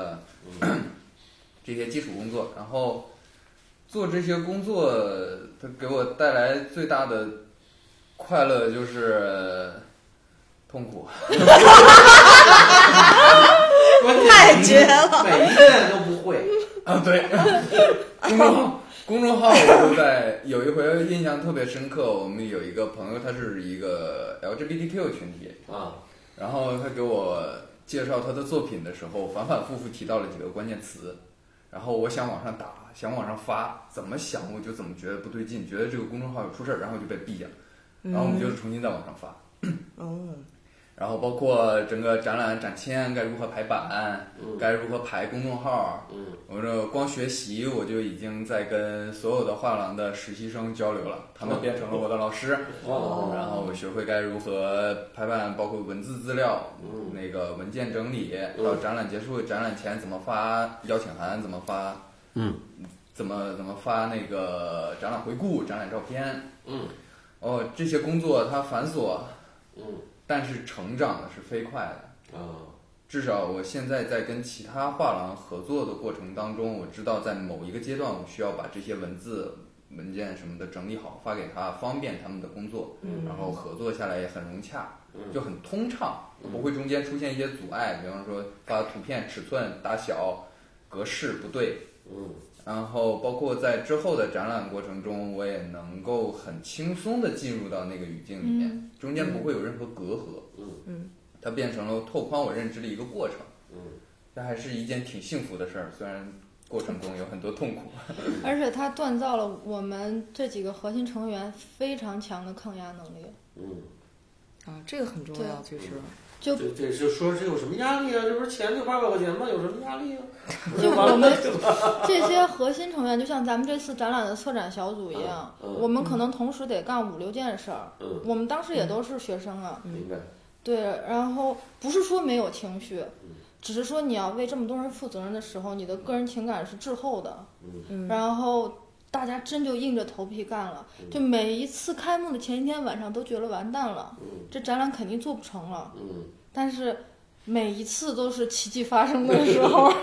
[SPEAKER 1] 嗯
[SPEAKER 3] 这些基础工作。然后做这些工作，它给我带来最大的快乐就是痛苦。
[SPEAKER 2] 太绝了！
[SPEAKER 1] 每一件都不会，
[SPEAKER 3] 啊，对，公众号，公众号我都在有一回印象特别深刻。我们有一个朋友，他是一个 LGBTQ 群体，
[SPEAKER 1] 啊，
[SPEAKER 3] 然后他给我介绍他的作品的时候，反反复复提到了几个关键词，然后我想往上打，想往上发，怎么想我就怎么觉得不对劲，觉得这个公众号有出事儿，然后就被毙了，然后我们就重新再往上发。
[SPEAKER 2] 嗯
[SPEAKER 3] 然后包括整个展览展签该如何排版，
[SPEAKER 1] 嗯
[SPEAKER 3] 该如何排公众号，
[SPEAKER 1] 嗯
[SPEAKER 3] 我这光学习我就已经在跟所有的画廊的实习生交流了，他们变成了我的老师，
[SPEAKER 1] 哦
[SPEAKER 3] 然后我学会该如何排版，包括文字资料、
[SPEAKER 1] 嗯
[SPEAKER 3] 那个文件整理，到展览结束、展览前怎么发邀请函，怎么发，
[SPEAKER 1] 嗯
[SPEAKER 3] 怎么怎么发那个展览回顾、展览照片，
[SPEAKER 1] 嗯
[SPEAKER 3] 哦，这些工作它繁琐，
[SPEAKER 1] 嗯
[SPEAKER 3] 但是成长的是飞快的。
[SPEAKER 1] 啊，
[SPEAKER 3] 至少我现在在跟其他画廊合作的过程当中，我知道在某一个阶段，我需要把这些文字、文件什么的整理好，发给他，方便他们的工作，
[SPEAKER 2] 嗯
[SPEAKER 3] 然后合作下来也很融洽，
[SPEAKER 1] 嗯
[SPEAKER 3] 就很通畅，不会中间出现一些阻碍，比方说发图片尺寸大小、格式不对，
[SPEAKER 1] 嗯
[SPEAKER 3] 然后包括在之后的展览过程中，我也能够很轻松的进入到那个语境里面
[SPEAKER 4] 嗯，
[SPEAKER 3] 中间不会有任何隔阂，
[SPEAKER 1] 嗯
[SPEAKER 2] 嗯
[SPEAKER 3] 它变成了拓宽我认知的一个过程。
[SPEAKER 1] 嗯。
[SPEAKER 3] 这还是一件挺幸福的事儿，虽然过程中有很多痛苦。
[SPEAKER 4] 而且它锻造了我们这几个核心成员非常强的抗压能力。
[SPEAKER 1] 嗯，
[SPEAKER 2] 啊，这个很重要，其实
[SPEAKER 4] 就
[SPEAKER 1] 这这是说这有什么压力啊？这不是钱就八百块钱吗？有什么压力啊？
[SPEAKER 4] 就
[SPEAKER 1] 完了
[SPEAKER 4] 我们
[SPEAKER 1] 就
[SPEAKER 4] 这些核心成员，就像咱们这次展览的策展小组一样，
[SPEAKER 1] 嗯嗯
[SPEAKER 4] 我们可能同时得干五六件事儿。
[SPEAKER 1] 嗯
[SPEAKER 4] 我们当时也都是学生啊，
[SPEAKER 1] 明白。
[SPEAKER 4] 对，然后不是说没有情绪，只是说你要为这么多人负责任的时候，你的个人情感是滞后的。
[SPEAKER 2] 嗯
[SPEAKER 4] 然后大家真就硬着头皮干了，
[SPEAKER 1] 嗯
[SPEAKER 4] 就每一次开幕的前一天晚上都觉得完蛋了，
[SPEAKER 1] 嗯
[SPEAKER 4] 这展览肯定做不成了。
[SPEAKER 1] 嗯，
[SPEAKER 4] 但是每一次都是奇迹发生的 时候，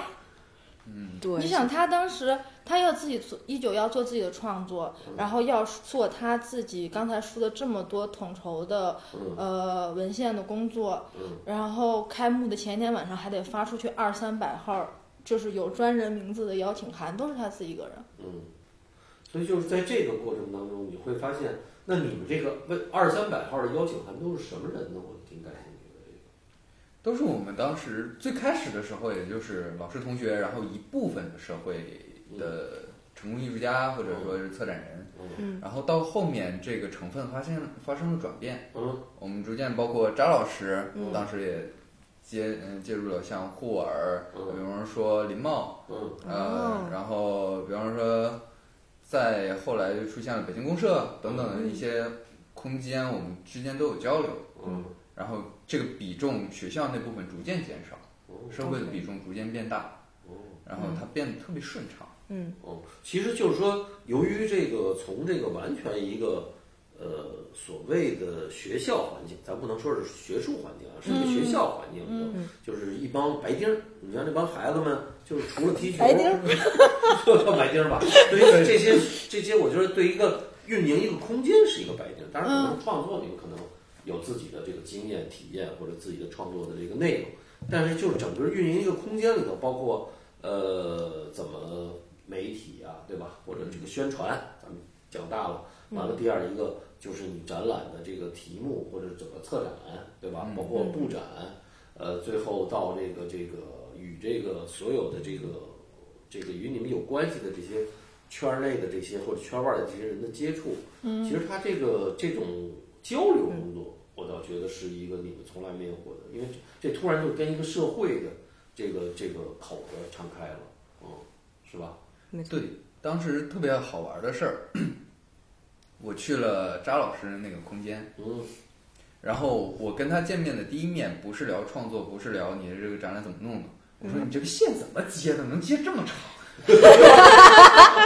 [SPEAKER 3] 嗯
[SPEAKER 2] 对，
[SPEAKER 4] 你想他当时他要自己做，一九要做自己的创作，然后要做他自己刚才说的这么多统筹的
[SPEAKER 1] 嗯
[SPEAKER 4] 呃文献的工作
[SPEAKER 1] 嗯，
[SPEAKER 4] 然后开幕的前一天晚上还得发出去二三百号，就是有专人名字的邀请函，都是他自己一个人。
[SPEAKER 1] 嗯，所以就是在这个过程当中，你会发现，那你们这个问二三百号的邀请函都是什么人呢？我挺感兴趣的。
[SPEAKER 3] 都是我们当时最开始的时候，也就是老师同学，然后一部分社会的成功艺术家或者说是策展人，
[SPEAKER 2] 嗯
[SPEAKER 3] 然后到后面这个成分发现发生了转变，
[SPEAKER 1] 嗯
[SPEAKER 3] 我们逐渐包括张老师，
[SPEAKER 2] 嗯
[SPEAKER 3] 当时也接嗯介入了像霍尔，
[SPEAKER 1] 嗯
[SPEAKER 3] 比方说林茂，
[SPEAKER 1] 嗯
[SPEAKER 3] 呃
[SPEAKER 2] 哦，
[SPEAKER 3] 然后比方说再后来就出现了北京公社等等的一些空间，我们之间都有交流，
[SPEAKER 1] 嗯
[SPEAKER 3] 然后这个比重学校那部分逐渐减少，
[SPEAKER 1] 哦
[SPEAKER 3] 社会的比重逐渐变大，
[SPEAKER 1] 哦。
[SPEAKER 3] 然后它变得特别顺畅。
[SPEAKER 2] 嗯
[SPEAKER 1] 哦，其实就是说，由于这个从这个完全一个呃所谓的学校环境，咱不能说是学术环境啊，
[SPEAKER 2] 嗯
[SPEAKER 1] 是一个学校环境里头，就是一帮白丁儿。你像这帮孩子们，就是除了踢球，
[SPEAKER 2] 白丁儿
[SPEAKER 1] 就叫白丁儿吧。对于这些这些，我觉得对一个运营一个空间是一个白丁儿，当然可
[SPEAKER 2] 嗯
[SPEAKER 1] 能创作你们可能有自己的这个经验体验或者自己的创作的这个内容，但是就是整个运营一个空间里头，包括呃怎么媒体啊，对吧？或者这个宣传，咱们讲大了，完了第二一个就是你展览的这个题目或者怎么策展，对吧？
[SPEAKER 3] 嗯
[SPEAKER 1] 包括布展，呃，最后到这个这个与这个所有的这个这个与你们有关系的这些圈儿内的这些或者圈外的这些人的接触，嗯，其实他这个这种交流工作，我倒觉得是一个你们从来没有过的，因为这这突然就跟一个社会的这个这个口子敞开了，嗯，是吧？
[SPEAKER 2] 没错
[SPEAKER 3] 对，当时特别好玩的事儿， 我去了扎老师那个空间，
[SPEAKER 1] 嗯
[SPEAKER 3] 然后我跟他见面的第一面不是聊创作，不是聊你的这个展览怎么弄的，我说你这个线怎么接的，能接这么长？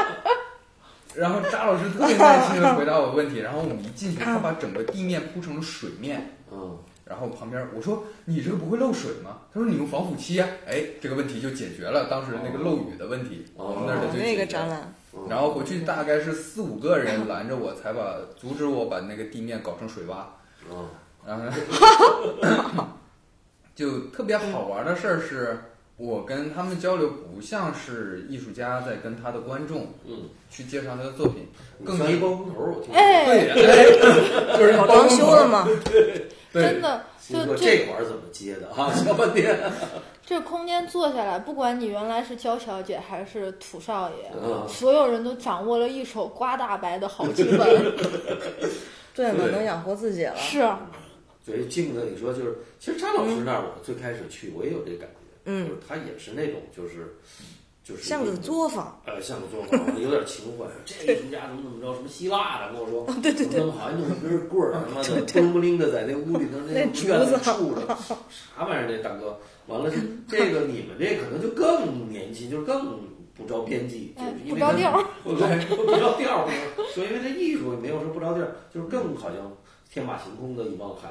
[SPEAKER 3] 然后扎老师特别耐心的回答我问题，然后我们一进去，他把整个地面铺成了水面，
[SPEAKER 1] 嗯
[SPEAKER 3] 然后旁边我说你这个不会漏水吗？他说你用防腐漆啊，哎，这个问题就解决了当时那个漏雨的问题，
[SPEAKER 1] 哦
[SPEAKER 3] 我们那儿
[SPEAKER 2] 哦
[SPEAKER 3] 就解决了
[SPEAKER 2] 那个展览，
[SPEAKER 1] 嗯，
[SPEAKER 3] 然后回去大概是四五个人拦着我，才把阻止我把那个地面搞成水洼。
[SPEAKER 1] 嗯
[SPEAKER 3] 然后就特别好玩的事儿是，我跟他们交流不像是艺术家在跟他的观众
[SPEAKER 1] 嗯，
[SPEAKER 3] 去介绍他的作品，更
[SPEAKER 1] 像一包工头儿，我听。
[SPEAKER 4] 哎，
[SPEAKER 3] 对， 就是
[SPEAKER 2] 老
[SPEAKER 3] 包
[SPEAKER 2] 装修了吗？
[SPEAKER 4] 真
[SPEAKER 3] 对，
[SPEAKER 4] 的
[SPEAKER 1] 新
[SPEAKER 4] 就
[SPEAKER 1] 哥
[SPEAKER 4] 这
[SPEAKER 1] 这管儿怎么接的啊？小半天。
[SPEAKER 4] 这空间坐下来，不管你原来是焦小姐还是土少爷，
[SPEAKER 1] 嗯
[SPEAKER 4] 所有人都掌握了一手刮大白的好剧 本。
[SPEAKER 2] 对嘛，
[SPEAKER 1] 对
[SPEAKER 2] 能养活自己了。
[SPEAKER 4] 是，啊
[SPEAKER 1] 所以镜子，你说就是，其实张老师那儿，我最开始去，我也有这感觉，
[SPEAKER 2] 嗯
[SPEAKER 1] 就是他也是那种，就是，就是
[SPEAKER 2] 像个作坊，
[SPEAKER 1] 呃，像个作坊，有点情怀，这个艺术家怎么怎么着，什么希腊的，跟我说，对对对，弄好像弄根棍儿，他妈的，叮不灵的在那屋里头那
[SPEAKER 2] 那
[SPEAKER 1] 院子
[SPEAKER 2] 竹子
[SPEAKER 1] 杵着，啥玩意儿？那大哥，完了，这个你们这可能就更年轻，就更不着边际，就
[SPEAKER 4] 哎
[SPEAKER 1] 是，因
[SPEAKER 4] 不
[SPEAKER 1] 为他
[SPEAKER 4] 着调儿。
[SPEAKER 1] 我不着调儿， 所以因为这艺术也没有说不着调儿，就是更好像天马行空的一帮孩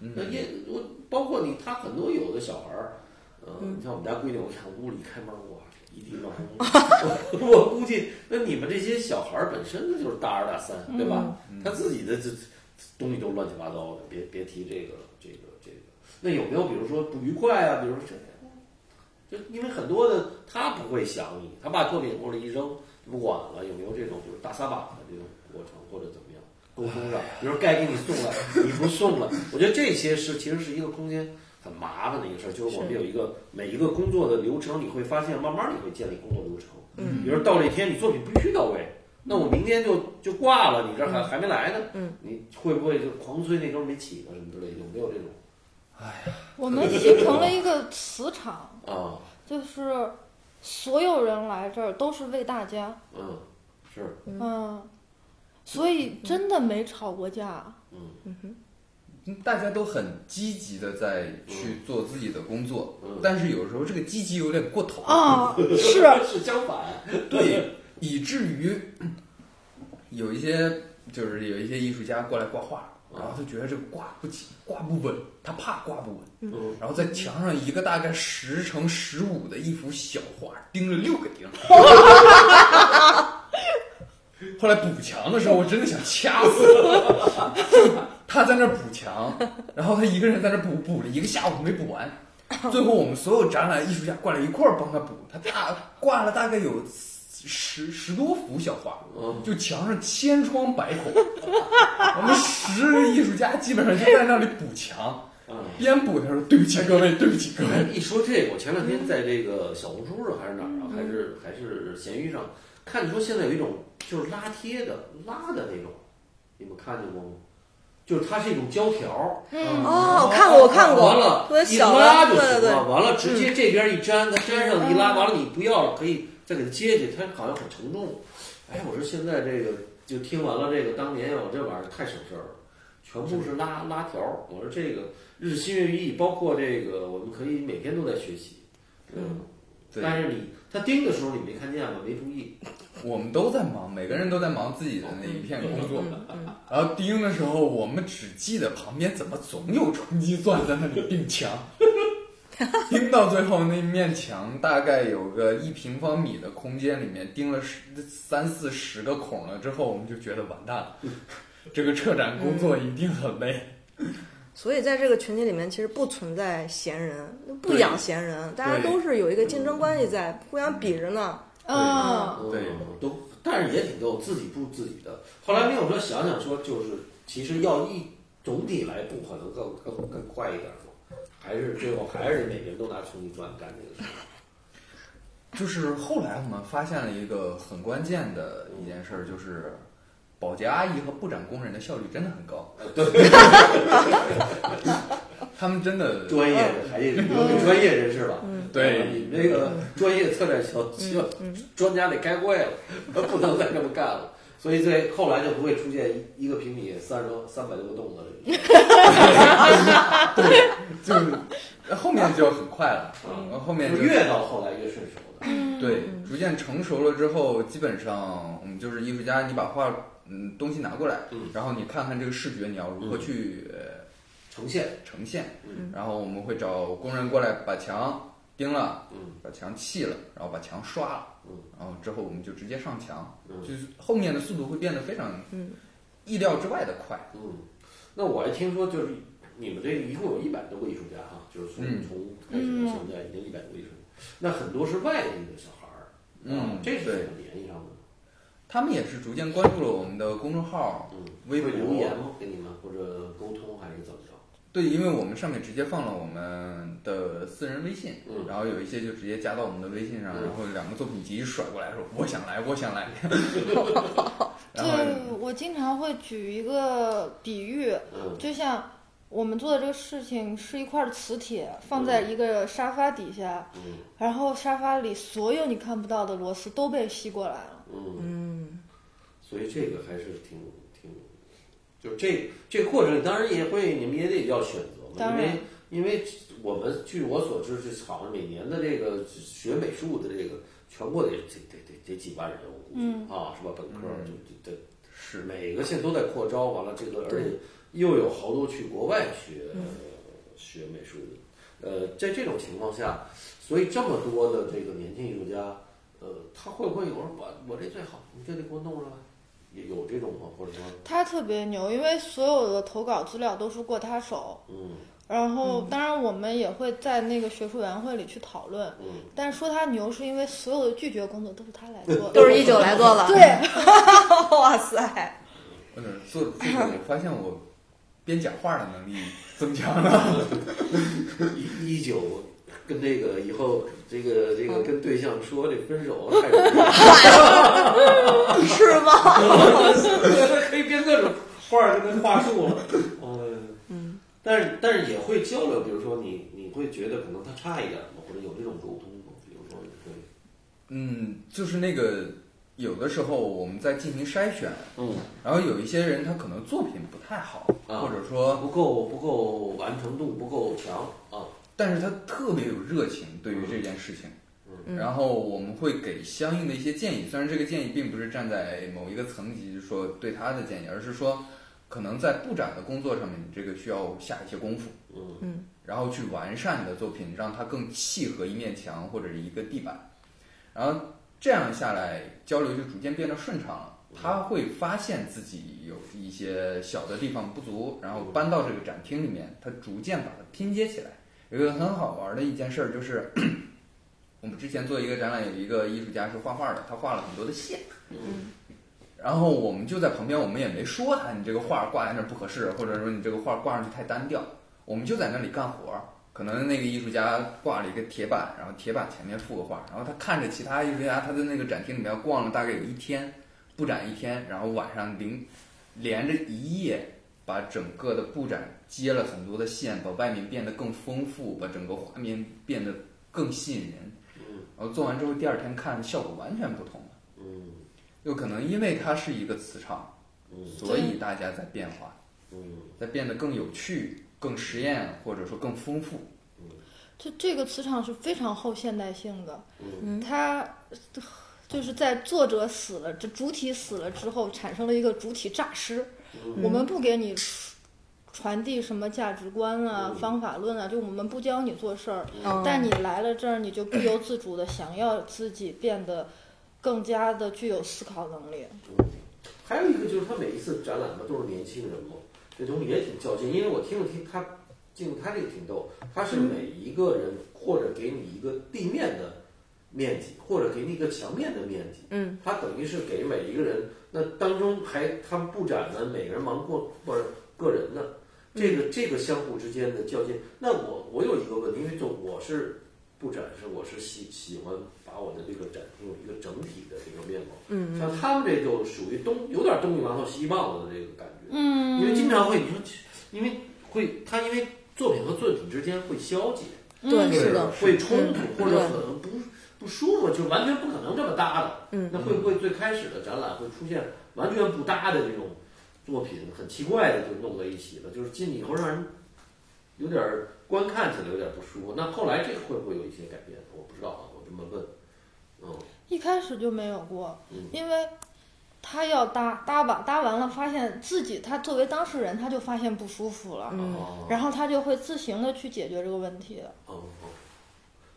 [SPEAKER 3] 嗯
[SPEAKER 1] 子。那也我包括你，他很多有的小孩儿，呃，你像我们家闺女，我看屋里开门，哇，一地乱哄。 我我估计，那你们这些小孩儿本身他就是大二大三，对吧？
[SPEAKER 3] 嗯
[SPEAKER 1] 他自己的这这东西都乱七八糟的，别别提这个这个这个。那有没有比如说不愉快啊？比如说这。就因为很多的他不会想你，他把作品或者一扔不管了，有没有这种就是大撒把的这种过程或者怎么样沟通上，比如该给你送了你不送了， 我觉得这些是其实是一个空间很麻烦的一个事儿，就是我们有一个每一个工作的流程，你会发现慢慢你会建立工作流程，嗯，比如到这一天你作品必须到位。那我明天就就挂了，你这还、还没来呢，
[SPEAKER 2] 嗯，
[SPEAKER 1] 你会不会就狂催那根儿没起呢什么之类的？有没有这种
[SPEAKER 4] 我们形成了一个磁场，
[SPEAKER 1] 啊？
[SPEAKER 4] 就是所有人来这儿都是为大家，
[SPEAKER 1] 嗯，是，
[SPEAKER 4] 嗯，所以真的没吵过架。
[SPEAKER 1] 嗯，
[SPEAKER 3] 嗯大家都很积极的在去做自己的工作，
[SPEAKER 1] 嗯
[SPEAKER 3] 但是有时候这个积极有点过头，
[SPEAKER 4] 啊，是
[SPEAKER 1] 是相反，
[SPEAKER 3] 对，以至于有一些就是有一些艺术家过来挂画，然后他觉得这个挂不起，挂不稳，他怕挂不稳，
[SPEAKER 1] 嗯，
[SPEAKER 3] 然后在墙上一个大概十乘十五的一幅小画钉了六个钉。 后来补墙的时候，我真的想掐死他。就他在那儿补墙，然后他一个人在那儿补，补了一个下午没补完。最后我们所有展览艺术家过来一块儿帮他补，他大挂了大概有十十多幅小画，
[SPEAKER 4] 嗯
[SPEAKER 3] 就墙上千疮百孔。我们十个艺术家基本上就在那里补墙。
[SPEAKER 1] 嗯。
[SPEAKER 3] 边补他说：“对不起各位，对不起各
[SPEAKER 1] 哎
[SPEAKER 3] 位。
[SPEAKER 1] 一说这个，我前两天在这个小红书上还是哪儿啊，还
[SPEAKER 2] 嗯
[SPEAKER 1] 是还是闲鱼上看，说现在有一种就是拉贴的拉的那种，你们看见过吗？就是它是一种胶条，
[SPEAKER 4] 嗯，
[SPEAKER 2] 哦，我看过，我看过，
[SPEAKER 1] 完了
[SPEAKER 2] 特别
[SPEAKER 1] 一
[SPEAKER 2] 小
[SPEAKER 1] 拉
[SPEAKER 2] 的，
[SPEAKER 1] 就
[SPEAKER 2] 对
[SPEAKER 1] 行
[SPEAKER 2] 对对，嗯
[SPEAKER 1] 了，完了直接这边一粘，它粘上一拉，完了你不要了，可以再给它接去，它好像很承重。哎，我说现在这个就听完了这个，当年有这玩意儿太省事儿了。全部是
[SPEAKER 2] 嗯
[SPEAKER 1] 拉拉条儿，我说这个日新月异，包括这个我们可以每天都在学习，嗯，
[SPEAKER 3] 对
[SPEAKER 1] 但是你他盯的时候你没看见吗？没注意，
[SPEAKER 3] 我们都在忙，每个人都在忙自己的
[SPEAKER 2] 嗯
[SPEAKER 3] 那一片工作。然后钉的时候，我们只记得旁边怎么总有冲击钻在那里钉墙， 钉到最后那面墙大概有个一平方米的空间里面钉了十三四十个孔了之后，我们就觉得完蛋 了，这个策展工作一定很累。
[SPEAKER 2] 所以在这个群体里面，其实不存在闲人，不
[SPEAKER 3] 对
[SPEAKER 2] 养闲人，大家都是有一个竞争关系在，互相比着呢。
[SPEAKER 4] 嗯，
[SPEAKER 1] 嗯
[SPEAKER 3] 对
[SPEAKER 1] 都，但是也挺逗，自己不自己的。后来没有说想想说，就是其实要一总体来不可能更更更快一点儿吗？还是最后还是每个人都拿冲击钻干这个事儿？
[SPEAKER 3] 就是后来我们发现了一个很关键的一件事儿，就是保洁阿姨和布展工人的效率真的很高，
[SPEAKER 1] 呃对，
[SPEAKER 3] 他们真的
[SPEAKER 1] 专业的还得留给专业人士吧。
[SPEAKER 3] 嗯对
[SPEAKER 1] 你们这个专业策展小需要专家得开会了，不能再这么干了。所以这后来就不会出现一个平米三十多三百多个洞的这种。
[SPEAKER 3] 就是后面就很快了，然后后面就
[SPEAKER 1] 越到后来越顺手的。
[SPEAKER 3] 对逐渐成熟了之后，基本上我们就是艺术家，你把画嗯东西拿过来
[SPEAKER 1] 嗯，
[SPEAKER 3] 然后你看看这个视觉你要如何
[SPEAKER 1] 嗯
[SPEAKER 3] 去呃
[SPEAKER 1] 呈现，
[SPEAKER 3] 呈现
[SPEAKER 1] 嗯，
[SPEAKER 3] 然后我们会找工人过来把墙钉了。
[SPEAKER 1] 嗯
[SPEAKER 3] 把墙砌了，然后把墙刷了，
[SPEAKER 1] 嗯，
[SPEAKER 3] 然后之后我们就直接上墙，
[SPEAKER 1] 嗯
[SPEAKER 3] 就是后面的速度会变得非常
[SPEAKER 2] 嗯
[SPEAKER 3] 意料之外的快。
[SPEAKER 1] 嗯。那我还听说，就是你们这一共有一百多个艺术家哈、就是从、
[SPEAKER 3] 嗯
[SPEAKER 1] 从开始到现在已经一百多个艺术家，那很多是外地的小孩儿，啊
[SPEAKER 3] 嗯
[SPEAKER 1] 这是怎
[SPEAKER 3] 对
[SPEAKER 1] 么联系上的？
[SPEAKER 3] 他们也是逐渐关注了我们的公众号、
[SPEAKER 1] 嗯，
[SPEAKER 3] 微
[SPEAKER 1] 会
[SPEAKER 3] 博，
[SPEAKER 1] 留言吗？给你们或者沟通还是怎么着？
[SPEAKER 3] 对，因为我们上面直接放了我们的私人微信，
[SPEAKER 1] 嗯
[SPEAKER 3] 然后有一些就直接加到我们的微信上，
[SPEAKER 1] 嗯
[SPEAKER 3] 然后两个作品集甩过来说我想来，我想 来， 然后
[SPEAKER 4] 对，我经常会举一个比喻，
[SPEAKER 1] 嗯
[SPEAKER 4] 就像我们做的这个事情是一块磁铁，放在一个沙发底下，
[SPEAKER 1] 嗯
[SPEAKER 4] 然后沙发里所有你看不到的螺丝都被吸过来了。
[SPEAKER 1] 嗯。
[SPEAKER 2] 嗯，
[SPEAKER 1] 所以这个还是挺挺，就是这这过程当然也会，你们也得要选择嘛，
[SPEAKER 4] 当
[SPEAKER 1] 因为
[SPEAKER 4] 然
[SPEAKER 1] 因为我们据我所知是好像每年的这个学美术的这个全国得得得得得几万人，我估计、
[SPEAKER 4] 嗯
[SPEAKER 1] 啊是吧？本科
[SPEAKER 3] 嗯
[SPEAKER 1] 就就得
[SPEAKER 3] 是
[SPEAKER 1] 每个县都在扩招，完了这个而
[SPEAKER 3] 对
[SPEAKER 1] 且又有好多去国外学、学美术的，呃，在这种情况下，所以这么多的这个年轻艺术家，呃，他会不会有人把我这最好，你这得给我弄上来？有有这种吗？或者说，
[SPEAKER 4] 他特别牛，因为所有的投稿资料都是过他手，
[SPEAKER 1] 嗯
[SPEAKER 4] 然后当然我们也会在那个学术委员会里去讨论。
[SPEAKER 1] 嗯，
[SPEAKER 4] 但是说他牛，是因为所有的拒绝工作都是他来做的，
[SPEAKER 2] 都是一九来做的。，
[SPEAKER 4] 对，
[SPEAKER 2] 哇塞，
[SPEAKER 3] 我在这做着做着，我发现我编讲话的能力增强了，
[SPEAKER 1] 一一九跟这个以后这个这个跟对象说这分手啊太容易了，
[SPEAKER 2] 是吗？
[SPEAKER 1] 可以编各种画儿跟话术了，嗯。但是但是也会交流，比如说你你会觉得可能他差一点吗？或者有这种沟通吗？比如说你会
[SPEAKER 3] 嗯，就是那个有的时候我们在进行筛选，
[SPEAKER 1] 嗯，
[SPEAKER 3] 然后有一些人他可能作品不太好，
[SPEAKER 1] 啊
[SPEAKER 3] 或者说，
[SPEAKER 1] 不够不够完成度不够强啊，
[SPEAKER 3] 但是他特别有热情对于这件事情。
[SPEAKER 2] 嗯
[SPEAKER 3] 然后我们会给相应的一些建议，虽然这个建议并不是站在某一个层级说对他的建议，而是说可能在布展的工作上面，你这个需要下一些功夫，
[SPEAKER 1] 嗯
[SPEAKER 2] 嗯
[SPEAKER 3] 然后去完善你的作品，让它更契合一面墙或者是一个地板，然后这样下来交流就逐渐变得顺畅了。他会发现自己有一些小的地方不足，然后搬到这个展厅里面，他逐渐把它拼接起来。有一个很好玩的一件事儿就是， 我们之前做一个展览，有一个艺术家是画画的，他画了很多的线。
[SPEAKER 2] 嗯
[SPEAKER 3] 然后我们就在旁边，我们也没说他，你这个画挂在那儿不合适，或者说你这个画挂上去太单调。我们就在那里干活儿，可能那个艺术家挂了一个铁板，然后铁板前面附个画，然后他看着其他艺术家，他在那个展厅里面逛了大概有一天，布展一天，然后晚上零连着一夜，把整个的布展接了很多的线，把外面变得更丰富，把整个画面变得更吸引人。
[SPEAKER 1] 嗯
[SPEAKER 3] 然后做完之后，第二天看效果完全不同了，
[SPEAKER 1] 嗯
[SPEAKER 3] 有可能因为它是一个磁场。
[SPEAKER 1] 嗯
[SPEAKER 3] 所以大家在变化，
[SPEAKER 1] 嗯
[SPEAKER 3] 在变得更有趣、更实验，或者说更丰富。
[SPEAKER 4] 这这个磁场是非常后现代性的，
[SPEAKER 1] 嗯
[SPEAKER 2] 嗯
[SPEAKER 4] 它就是在作者死了，这主体死了之后，产生了一个主体诈尸。
[SPEAKER 1] 嗯
[SPEAKER 4] 我们不给你传递什么价值观啊、
[SPEAKER 1] 嗯
[SPEAKER 4] 方法论啊，就我们不教你做事儿，
[SPEAKER 2] 嗯，
[SPEAKER 4] 但你来了这儿，你就不由自主的想要自己变得更加的具有思考能力。
[SPEAKER 1] 还有一个就是他每一次展览嘛都是年轻人嘛，这东西也挺较劲，因为我听了听他，进他这个挺逗，他是每一个人或者给你一个地面的面积，或者给你一个墙面的面积，
[SPEAKER 2] 嗯
[SPEAKER 1] 他等于是给每一个人，那当中还他们布展呢，每个人忙过不是个人呢，这
[SPEAKER 2] 嗯
[SPEAKER 1] 个这个相互之间的较劲。那我我有一个问题，因为就我是布展是我是喜喜欢把我的这个展厅有一个整体的这个面貌，
[SPEAKER 2] 嗯
[SPEAKER 1] 像他们这就属于东有点东一榔头西一棒子的这个感觉，
[SPEAKER 4] 嗯
[SPEAKER 1] 因为经常会你说，因为会他因为作品和作品之间会消解，
[SPEAKER 2] 对
[SPEAKER 1] 就是
[SPEAKER 2] 的
[SPEAKER 1] 会冲突
[SPEAKER 2] 嗯
[SPEAKER 1] 或者
[SPEAKER 2] 对
[SPEAKER 1] 很不不舒服，就完全不可能这么搭的。
[SPEAKER 2] 嗯
[SPEAKER 1] 那会不会最开始的展览会出现完全不搭的这种作品，很奇怪的就弄到一起了，就是进去以后让人有点儿观看起来有点不舒服。那后来这个会不会有一些改变？我不知道啊，我这么问。嗯
[SPEAKER 4] 一开始就没有过
[SPEAKER 1] 嗯，
[SPEAKER 4] 因为他要搭搭吧，搭完了发现自己他作为当事人他就发现不舒服了，
[SPEAKER 2] 嗯
[SPEAKER 1] 哦
[SPEAKER 4] 然后他就会自行的去解决这个问题。
[SPEAKER 1] 哦哦，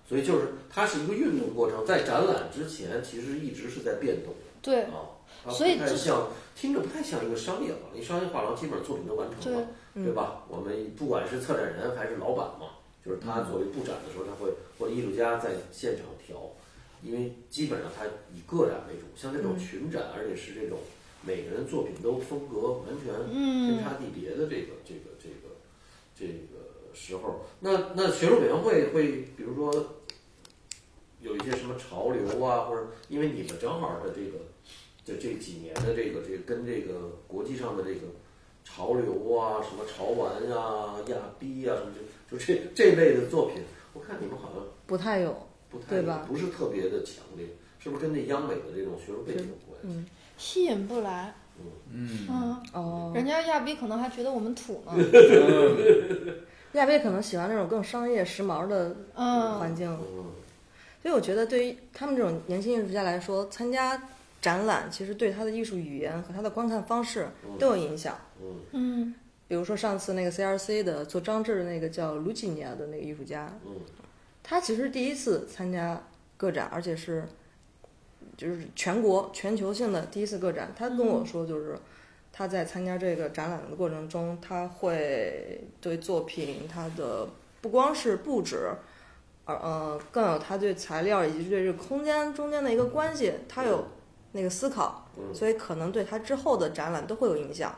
[SPEAKER 1] 所以就是它是一个运动过程，在展览之前其实一直是在变动的
[SPEAKER 4] 对，
[SPEAKER 1] 啊。它
[SPEAKER 4] 所以
[SPEAKER 1] 不太
[SPEAKER 4] 这
[SPEAKER 1] 像听着不太像一个商业画廊，一商业画廊基本上作品都完成了，
[SPEAKER 4] 嗯
[SPEAKER 2] 对
[SPEAKER 1] 对吧？我们不管是策展人还是老板嘛，就是他作为布展的时候，他会或者艺术家在现场调，因为基本上他以个展为主，像这
[SPEAKER 4] 嗯
[SPEAKER 1] 种群展，而且是这种每个人作品都风格完全天
[SPEAKER 4] 嗯，
[SPEAKER 1] 差地别的这个这个这个这个时候，那那学术委员会会比如说有一些什么潮流啊，或者因为你们正好是这个这这几年的这个这个跟这个国际上的这个潮流啊，什么潮玩啊、亚逼啊什么这就这这类的作品，我看你们好像
[SPEAKER 2] 不太有，
[SPEAKER 1] 不太
[SPEAKER 2] 对吧
[SPEAKER 1] 不是特别的强烈，是不是跟这央美的这种学术背景有关系？
[SPEAKER 2] 嗯
[SPEAKER 4] 吸引不来。
[SPEAKER 3] 嗯，
[SPEAKER 4] 嗯，
[SPEAKER 2] 哦，
[SPEAKER 4] 人家亚比可能还觉得我们土 呢。
[SPEAKER 2] 亚贝可能喜欢那种更商业时髦的环
[SPEAKER 4] 嗯，
[SPEAKER 2] 境，
[SPEAKER 1] 嗯
[SPEAKER 2] 所以我觉得对于他们这种年轻艺术家来说，参加展览其实对他的艺术语言和他的观看方式都有影响。
[SPEAKER 1] 嗯
[SPEAKER 4] 嗯，
[SPEAKER 2] 比如说上次那个 CRC 的做装置的那个叫卢吉尼亚的那个艺术家，
[SPEAKER 1] 嗯
[SPEAKER 2] 他其实第一次参加个展，而且是就是全国全球性的第一次个展。他跟我说，就是他在参加这个展览的过程中，他会对作品他的不光是布置，而呃更有他对材料以及对这个空间中间的一个关系，他有那个思考，
[SPEAKER 1] 嗯。
[SPEAKER 2] 所以可能对他之后的展览都会有影响。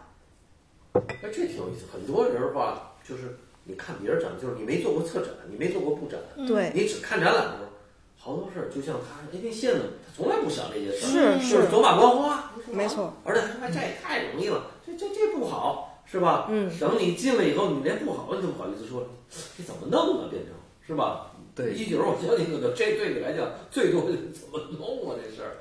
[SPEAKER 1] 哎，这挺有意思。很多人吧，就是你看别人展，就是你没做过策展，你没做过布展，
[SPEAKER 4] 嗯，
[SPEAKER 2] 对，
[SPEAKER 1] 你只看展览的时候，好多事儿就像他，哎，那线呢，他从来不想这些事儿，
[SPEAKER 2] 是
[SPEAKER 4] 嗯
[SPEAKER 1] 就是
[SPEAKER 2] 是，
[SPEAKER 1] 走马观花，
[SPEAKER 2] 没错，
[SPEAKER 1] 而且还这也太容易了，这这这不好，是吧？
[SPEAKER 2] 嗯
[SPEAKER 1] 等你进来以后，你连不好你都不好意思说，这怎么弄啊？变成是吧？
[SPEAKER 3] 对
[SPEAKER 1] 一九，我相信可能这对你来讲最多就是怎么弄啊这事儿。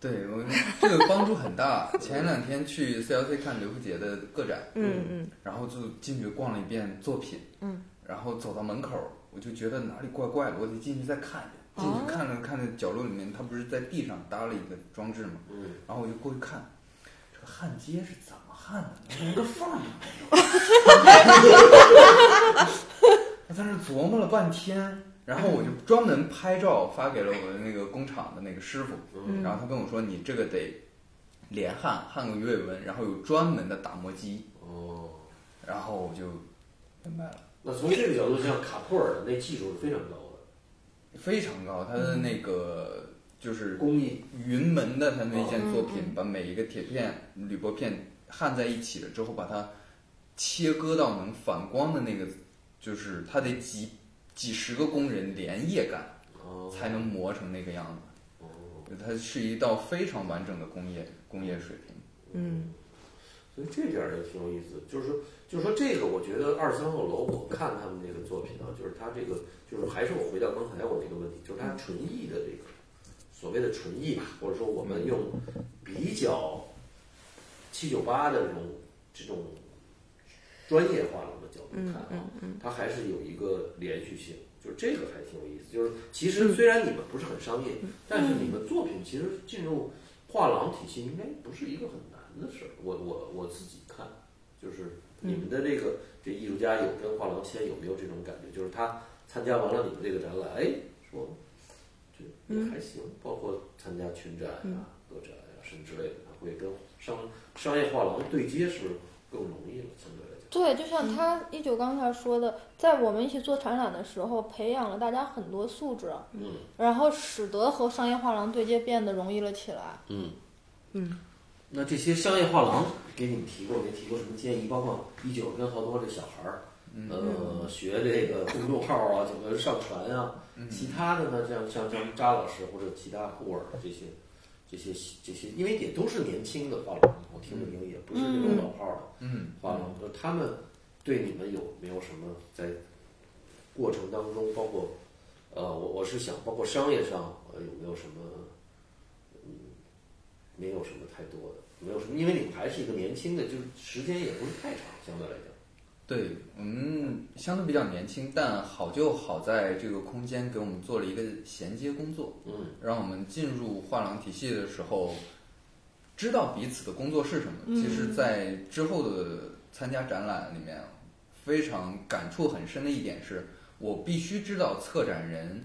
[SPEAKER 3] 对我这个帮助很大。前两天去 CLC 看刘富杰的个展，
[SPEAKER 2] 嗯嗯
[SPEAKER 3] 然后就进去逛了一遍作品，
[SPEAKER 2] 嗯，
[SPEAKER 3] 然后走到门口，我就觉得哪里怪怪的，我得进去再看一眼。进
[SPEAKER 2] 哦
[SPEAKER 3] 去看了看了角落里面，他不是在地上搭了一个装置吗？
[SPEAKER 1] 嗯，
[SPEAKER 3] 然后我就过去看，这个焊接是怎么焊的？连个缝儿都没有。我在那儿琢磨了半天，然后我就专门拍照发给了我的那个工厂的那个师傅，
[SPEAKER 2] 嗯
[SPEAKER 3] 然后他跟我说，你这个得连焊，焊个鱼尾纹，然后有专门的打磨机，
[SPEAKER 1] 哦，
[SPEAKER 3] 然后我就明白了。
[SPEAKER 1] 那从这个角度像卡普尔的那技术是非常高的，
[SPEAKER 3] 非常高，它的那个就是
[SPEAKER 1] 工艺
[SPEAKER 3] 云门的他那件作
[SPEAKER 2] 嗯
[SPEAKER 3] 品，把每一个铁片、铝箔片焊在一起了之后，把它切割到能反光的那个，就是它得几几十个工人连夜干
[SPEAKER 1] 哦
[SPEAKER 3] 才能磨成那个样子。
[SPEAKER 1] 哦
[SPEAKER 3] 它是一道非常完整的工业工业水平。
[SPEAKER 2] 嗯，
[SPEAKER 1] 所以这点儿也挺有意思，就是说，就是说这个，我觉得二三号楼，我看他们这个作品啊，就是他这个，就是还是我回到刚才我那个问题，就是他纯艺的这个所谓的纯艺吧，或者说我们用比较七九八的这种这种专业化的角度看啊，它还是有一个连续性，就是这个还挺有意思。就是其实虽然你们不是很商业，但是你们作品其实进入画廊体系应该不是一个很难的事儿。我我我自己看，就是你们的这个这艺术家有跟画廊签有没有这种感觉？就是他参加完了你们这个展览，哎，说这也还行，包括参加群展啊、个展啊什么之类的，他会跟商商业画廊对接是不是更容易了，相对来讲。
[SPEAKER 4] 对，就像他一九刚才说的，在我们一起做展览的时候，培养了大家很多素质，
[SPEAKER 1] 嗯
[SPEAKER 4] 然后使得和商业画廊对接变得容易了起来。
[SPEAKER 1] 嗯
[SPEAKER 2] 嗯，
[SPEAKER 1] 那这些商业画廊给你们提过没提过什么建议？包括一九跟好多这小孩儿，呃，学这个公众号啊，怎么上传啊？其他的呢，像像像扎老师或者其他霍尔这些。这些这些，因为也都是年轻的画廊，我听着有也不是那种老炮儿的
[SPEAKER 3] 嗯，
[SPEAKER 1] 画廊，就他们对你们有没有什么在过程当中，包括呃，我我是想，包括商业上，呃，有没有什么，嗯，没有什么太多的，没有什么，因为你们还是一个年轻的，就是时间也不是太长，相对来讲，
[SPEAKER 3] 对我们相对比较年轻，但好就好在这个空间给我们做了一个衔接工作。
[SPEAKER 1] 嗯
[SPEAKER 3] 让我们进入画廊体系的时候，知道彼此的工作是什么。
[SPEAKER 4] 嗯
[SPEAKER 3] 其实，在之后的参加展览里面，非常感触很深的一点是，我必须知道策展人、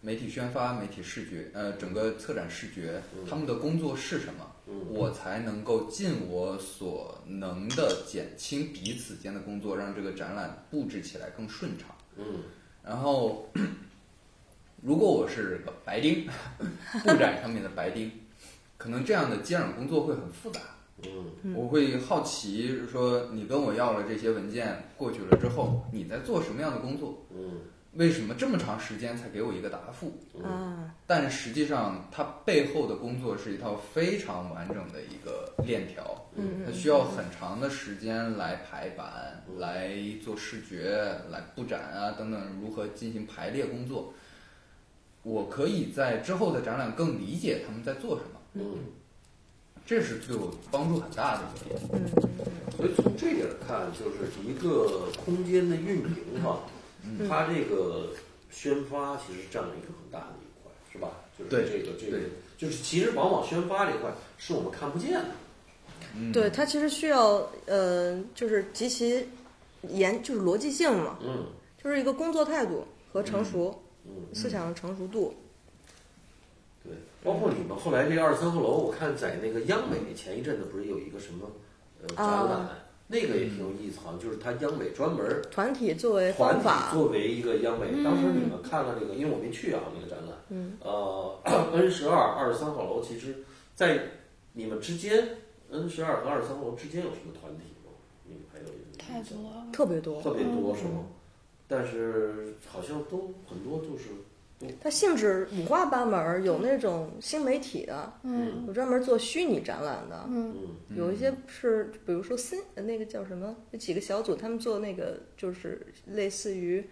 [SPEAKER 3] 媒体宣发、媒体视觉，呃，整个策展视觉
[SPEAKER 1] 嗯
[SPEAKER 3] 他们的工作是什么，
[SPEAKER 1] 嗯
[SPEAKER 3] 我才能够尽我所能的减轻彼此间的工作，让这个展览布置起来更顺畅。
[SPEAKER 1] 嗯
[SPEAKER 3] 然后， 如果我是个白丁，布展上面的白丁，可能这样的接壤工作会很复杂。
[SPEAKER 1] 嗯
[SPEAKER 3] 我会好奇说，你跟我要了这些文件过去了之后，你在做什么样的工作？
[SPEAKER 1] 嗯
[SPEAKER 3] 为什么这么长时间才给我一个答复？
[SPEAKER 1] 嗯
[SPEAKER 2] 啊，
[SPEAKER 3] 但实际上，它背后的工作是一套非常完整的一个链条，
[SPEAKER 2] 嗯
[SPEAKER 3] 它
[SPEAKER 2] 嗯
[SPEAKER 3] 需要很长的时间来排版、来做视觉、来布展啊等等，如何进行排列工作。我可以在之后的展览更理解他们在做什么，
[SPEAKER 1] 嗯，
[SPEAKER 3] 这是对我帮助很大的一个点。
[SPEAKER 2] 嗯
[SPEAKER 1] 所以从这点看，就是一个空间的运营哈、
[SPEAKER 3] 嗯
[SPEAKER 1] 它这个宣发其实占了一个很大的一块，是吧？就是
[SPEAKER 3] 对
[SPEAKER 1] 这个这个
[SPEAKER 3] 对，
[SPEAKER 1] 就是其实往往宣发这块是我们看不见的。
[SPEAKER 3] 嗯，
[SPEAKER 2] 对，它其实需要呃，就是极其严，就是逻辑性嘛，
[SPEAKER 1] 嗯
[SPEAKER 2] 就是一个工作态度和成熟、
[SPEAKER 1] 嗯，
[SPEAKER 2] 思想的成熟度。
[SPEAKER 1] 对，包括你们后来这个二三号楼，我看在那个央美前一阵子不是有一个什么呃展
[SPEAKER 2] 啊
[SPEAKER 1] 览，那个也挺有意思，好像就是它央美专门儿
[SPEAKER 2] 团体作为
[SPEAKER 1] 团
[SPEAKER 2] 方
[SPEAKER 1] 体
[SPEAKER 2] 法，嗯
[SPEAKER 1] 作为一个央美，当时你们看了这个，因为我没去啊，那个展览，嗯，呃，N 十二、二十三号楼，其实，在你们之间，N 十二和二十三号楼之间有什么团体吗？你们还有
[SPEAKER 4] 太多了，
[SPEAKER 2] 特别多嗯
[SPEAKER 1] 特，别多是吗？但是好像都很多就是
[SPEAKER 2] 它性质五花八门儿，有那种新媒体的，
[SPEAKER 4] 嗯
[SPEAKER 2] 有专门做虚拟展览的，
[SPEAKER 4] 嗯
[SPEAKER 1] 嗯
[SPEAKER 2] 有一些是比如说新那个叫什么，有几个小组他们做那个就是类似于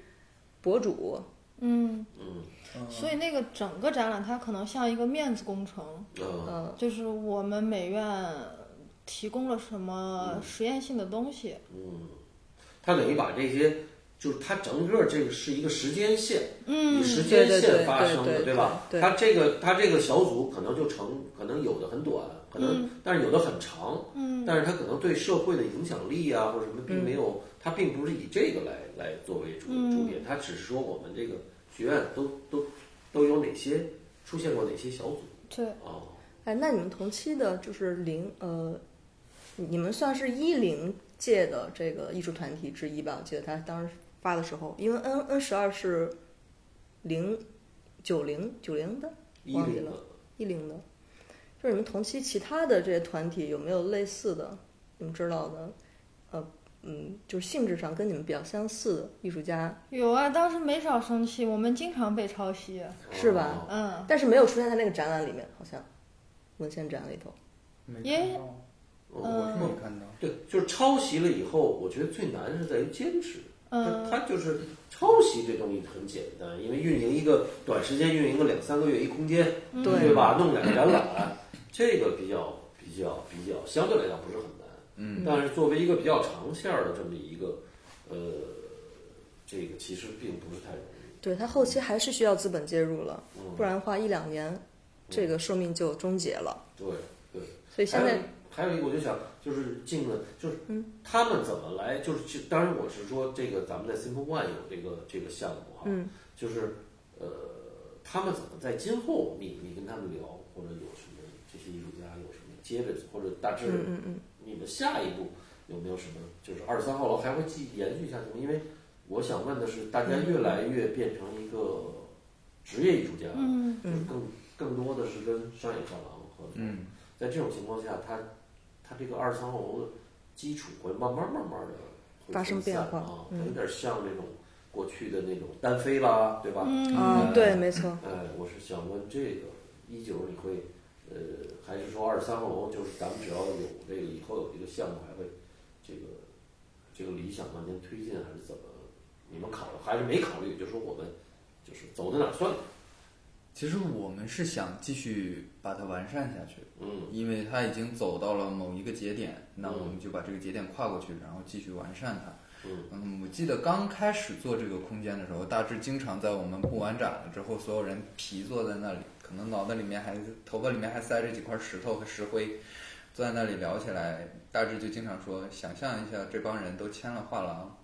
[SPEAKER 2] 博主
[SPEAKER 4] 嗯，
[SPEAKER 1] 嗯
[SPEAKER 4] 所以那个整个展览它可能像一个面子工程，
[SPEAKER 1] 嗯
[SPEAKER 2] 嗯
[SPEAKER 4] 就是我们美院提供了什么
[SPEAKER 2] 嗯
[SPEAKER 4] 实验性的东西。
[SPEAKER 1] 嗯，他等于把这些，就是他整个这个是一个时间线，以
[SPEAKER 4] 嗯
[SPEAKER 1] 时
[SPEAKER 2] 对
[SPEAKER 1] 间
[SPEAKER 2] 对对
[SPEAKER 1] 线发生
[SPEAKER 2] 对
[SPEAKER 1] 的，
[SPEAKER 2] 对
[SPEAKER 1] 吧？
[SPEAKER 2] 对
[SPEAKER 1] 他这个他这个小组可能就成，可能有的很短，可能
[SPEAKER 2] 嗯
[SPEAKER 1] 但是有的很长，
[SPEAKER 4] 嗯
[SPEAKER 1] 但是他可能对社会的影响力啊，或者什么，并没有，他并不是以这个来来作为主
[SPEAKER 4] 嗯
[SPEAKER 1] 主业，他只是说我们这个学院都都都有哪些出现过哪些小组
[SPEAKER 4] 对，
[SPEAKER 1] 啊？
[SPEAKER 2] 哎，那你们同期的就是零呃，你们算是一零届的这个艺术团体之一吧？我记得他当时发的时候，因为 N N 十二是零九零九零的，
[SPEAKER 1] 一
[SPEAKER 2] 忘记
[SPEAKER 1] 零
[SPEAKER 2] 了
[SPEAKER 1] 的，
[SPEAKER 2] 一零的，就是你们同期其他的这些团体有没有类似的？你们知道的，呃，嗯，就是性质上跟你们比较相似的艺术家，
[SPEAKER 4] 有啊，当时没少生气，我们经常被抄袭。
[SPEAKER 1] 啊
[SPEAKER 2] 是吧
[SPEAKER 4] 嗯，
[SPEAKER 2] 但是没有出现在那个展览里面，好像文献展里头。
[SPEAKER 3] 没
[SPEAKER 4] 也
[SPEAKER 3] 看到，
[SPEAKER 1] 哦
[SPEAKER 3] 我是
[SPEAKER 4] 嗯
[SPEAKER 3] 没看到。
[SPEAKER 1] 对，就是抄袭了以后，我觉得最难是在于坚持。
[SPEAKER 4] 嗯
[SPEAKER 1] 它它就是抄袭这东西很简单，因为运营一个短时间运营个两三个月一空间，
[SPEAKER 4] 嗯
[SPEAKER 2] 对
[SPEAKER 1] 对吧？弄两个展览，这个比较比较比较相对来讲不是很难。
[SPEAKER 3] 嗯，
[SPEAKER 1] 但是作为一个比较长线儿的这么一个呃，这个其实并不是太容易。
[SPEAKER 2] 对他后期还是需要资本介入了，
[SPEAKER 1] 嗯，
[SPEAKER 2] 不然的话一两年，这个寿命就终结了。
[SPEAKER 1] 对对。
[SPEAKER 2] 所以现
[SPEAKER 1] 还
[SPEAKER 2] 在，嗯
[SPEAKER 1] 有还有一个，我就想就是进了，就是他们怎么来，就是就当然我是说这个咱们在 Simple One 有这个这个项目哈，
[SPEAKER 2] 嗯，
[SPEAKER 1] 就是呃，他们怎么在今后你你跟他们聊，或者有什么这些艺术家有什么接着，或者大致
[SPEAKER 2] 嗯嗯嗯，
[SPEAKER 1] 你们下一步有没有什么，就是二十三号楼还会继延续下去吗？因为我想问的是，大家越来越变成一个职业艺术家，
[SPEAKER 4] 嗯
[SPEAKER 1] 就是更更多的是跟商业画廊合作，
[SPEAKER 3] 嗯，
[SPEAKER 1] 在这种情况下，它它这个二三号楼的基础会慢慢慢慢的
[SPEAKER 2] 发生变化
[SPEAKER 1] 啊，它
[SPEAKER 2] 嗯
[SPEAKER 1] 有点像那种过去的那种单飞啦，对吧？
[SPEAKER 4] 嗯
[SPEAKER 2] 啊，对，没错，
[SPEAKER 1] 哎，我是想问这个一九你会，呃，还是说二十三号楼就是咱们只要有这个以后有这个项目还会这个这个理想往前推进，还是怎么？你们考还是没考虑？就说我们就是走到哪儿算哪儿。
[SPEAKER 3] 其实我们是想继续把它完善下去，
[SPEAKER 1] 嗯
[SPEAKER 3] 因为它已经走到了某一个节点，那我们就把这个节点跨过去，然后继续完善它。
[SPEAKER 1] 嗯
[SPEAKER 3] 嗯，我记得刚开始做这个空间的时候，大致经常在我们布完展了之后，所有人皮坐在那里，可能脑袋里面还头发里面还塞着几块石头和石灰，坐在那里聊起来，大致就经常说，想象一下这帮人都签了画廊，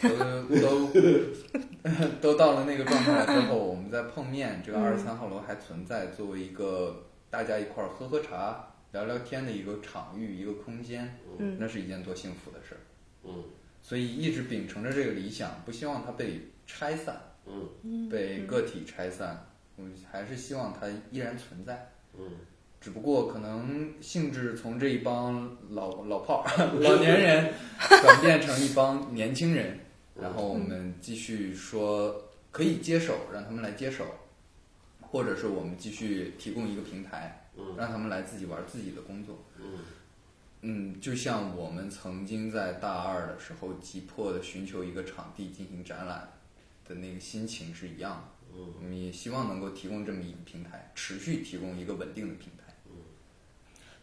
[SPEAKER 3] 都都都到了那个状态之后，我们再碰面，这个二十三号楼还存在，作为一个大家一块儿喝喝茶、聊聊天的一个场域、一个空间，
[SPEAKER 2] 嗯
[SPEAKER 3] 那是一件多幸福的事儿。
[SPEAKER 1] 嗯
[SPEAKER 3] 所以一直秉承着这个理想，不希望它被拆散，
[SPEAKER 1] 嗯
[SPEAKER 4] 嗯
[SPEAKER 3] 被个体拆散，我还是希望它依然存在。
[SPEAKER 1] 嗯，
[SPEAKER 3] 只不过可能性质从这一帮老老炮儿、老年人转变成一帮年轻人，然后我们继续说可以接手，让他们来接手，或者是我们继续提供一个平台，
[SPEAKER 1] 嗯
[SPEAKER 3] 让他们来自己玩自己的工作。
[SPEAKER 1] 嗯
[SPEAKER 3] 嗯，就像我们曾经在大二的时候急迫的寻求一个场地进行展览的那个心情是一样的。
[SPEAKER 1] 嗯
[SPEAKER 3] 我们也希望能够提供这么一个平台，持续提供一个稳定的平台。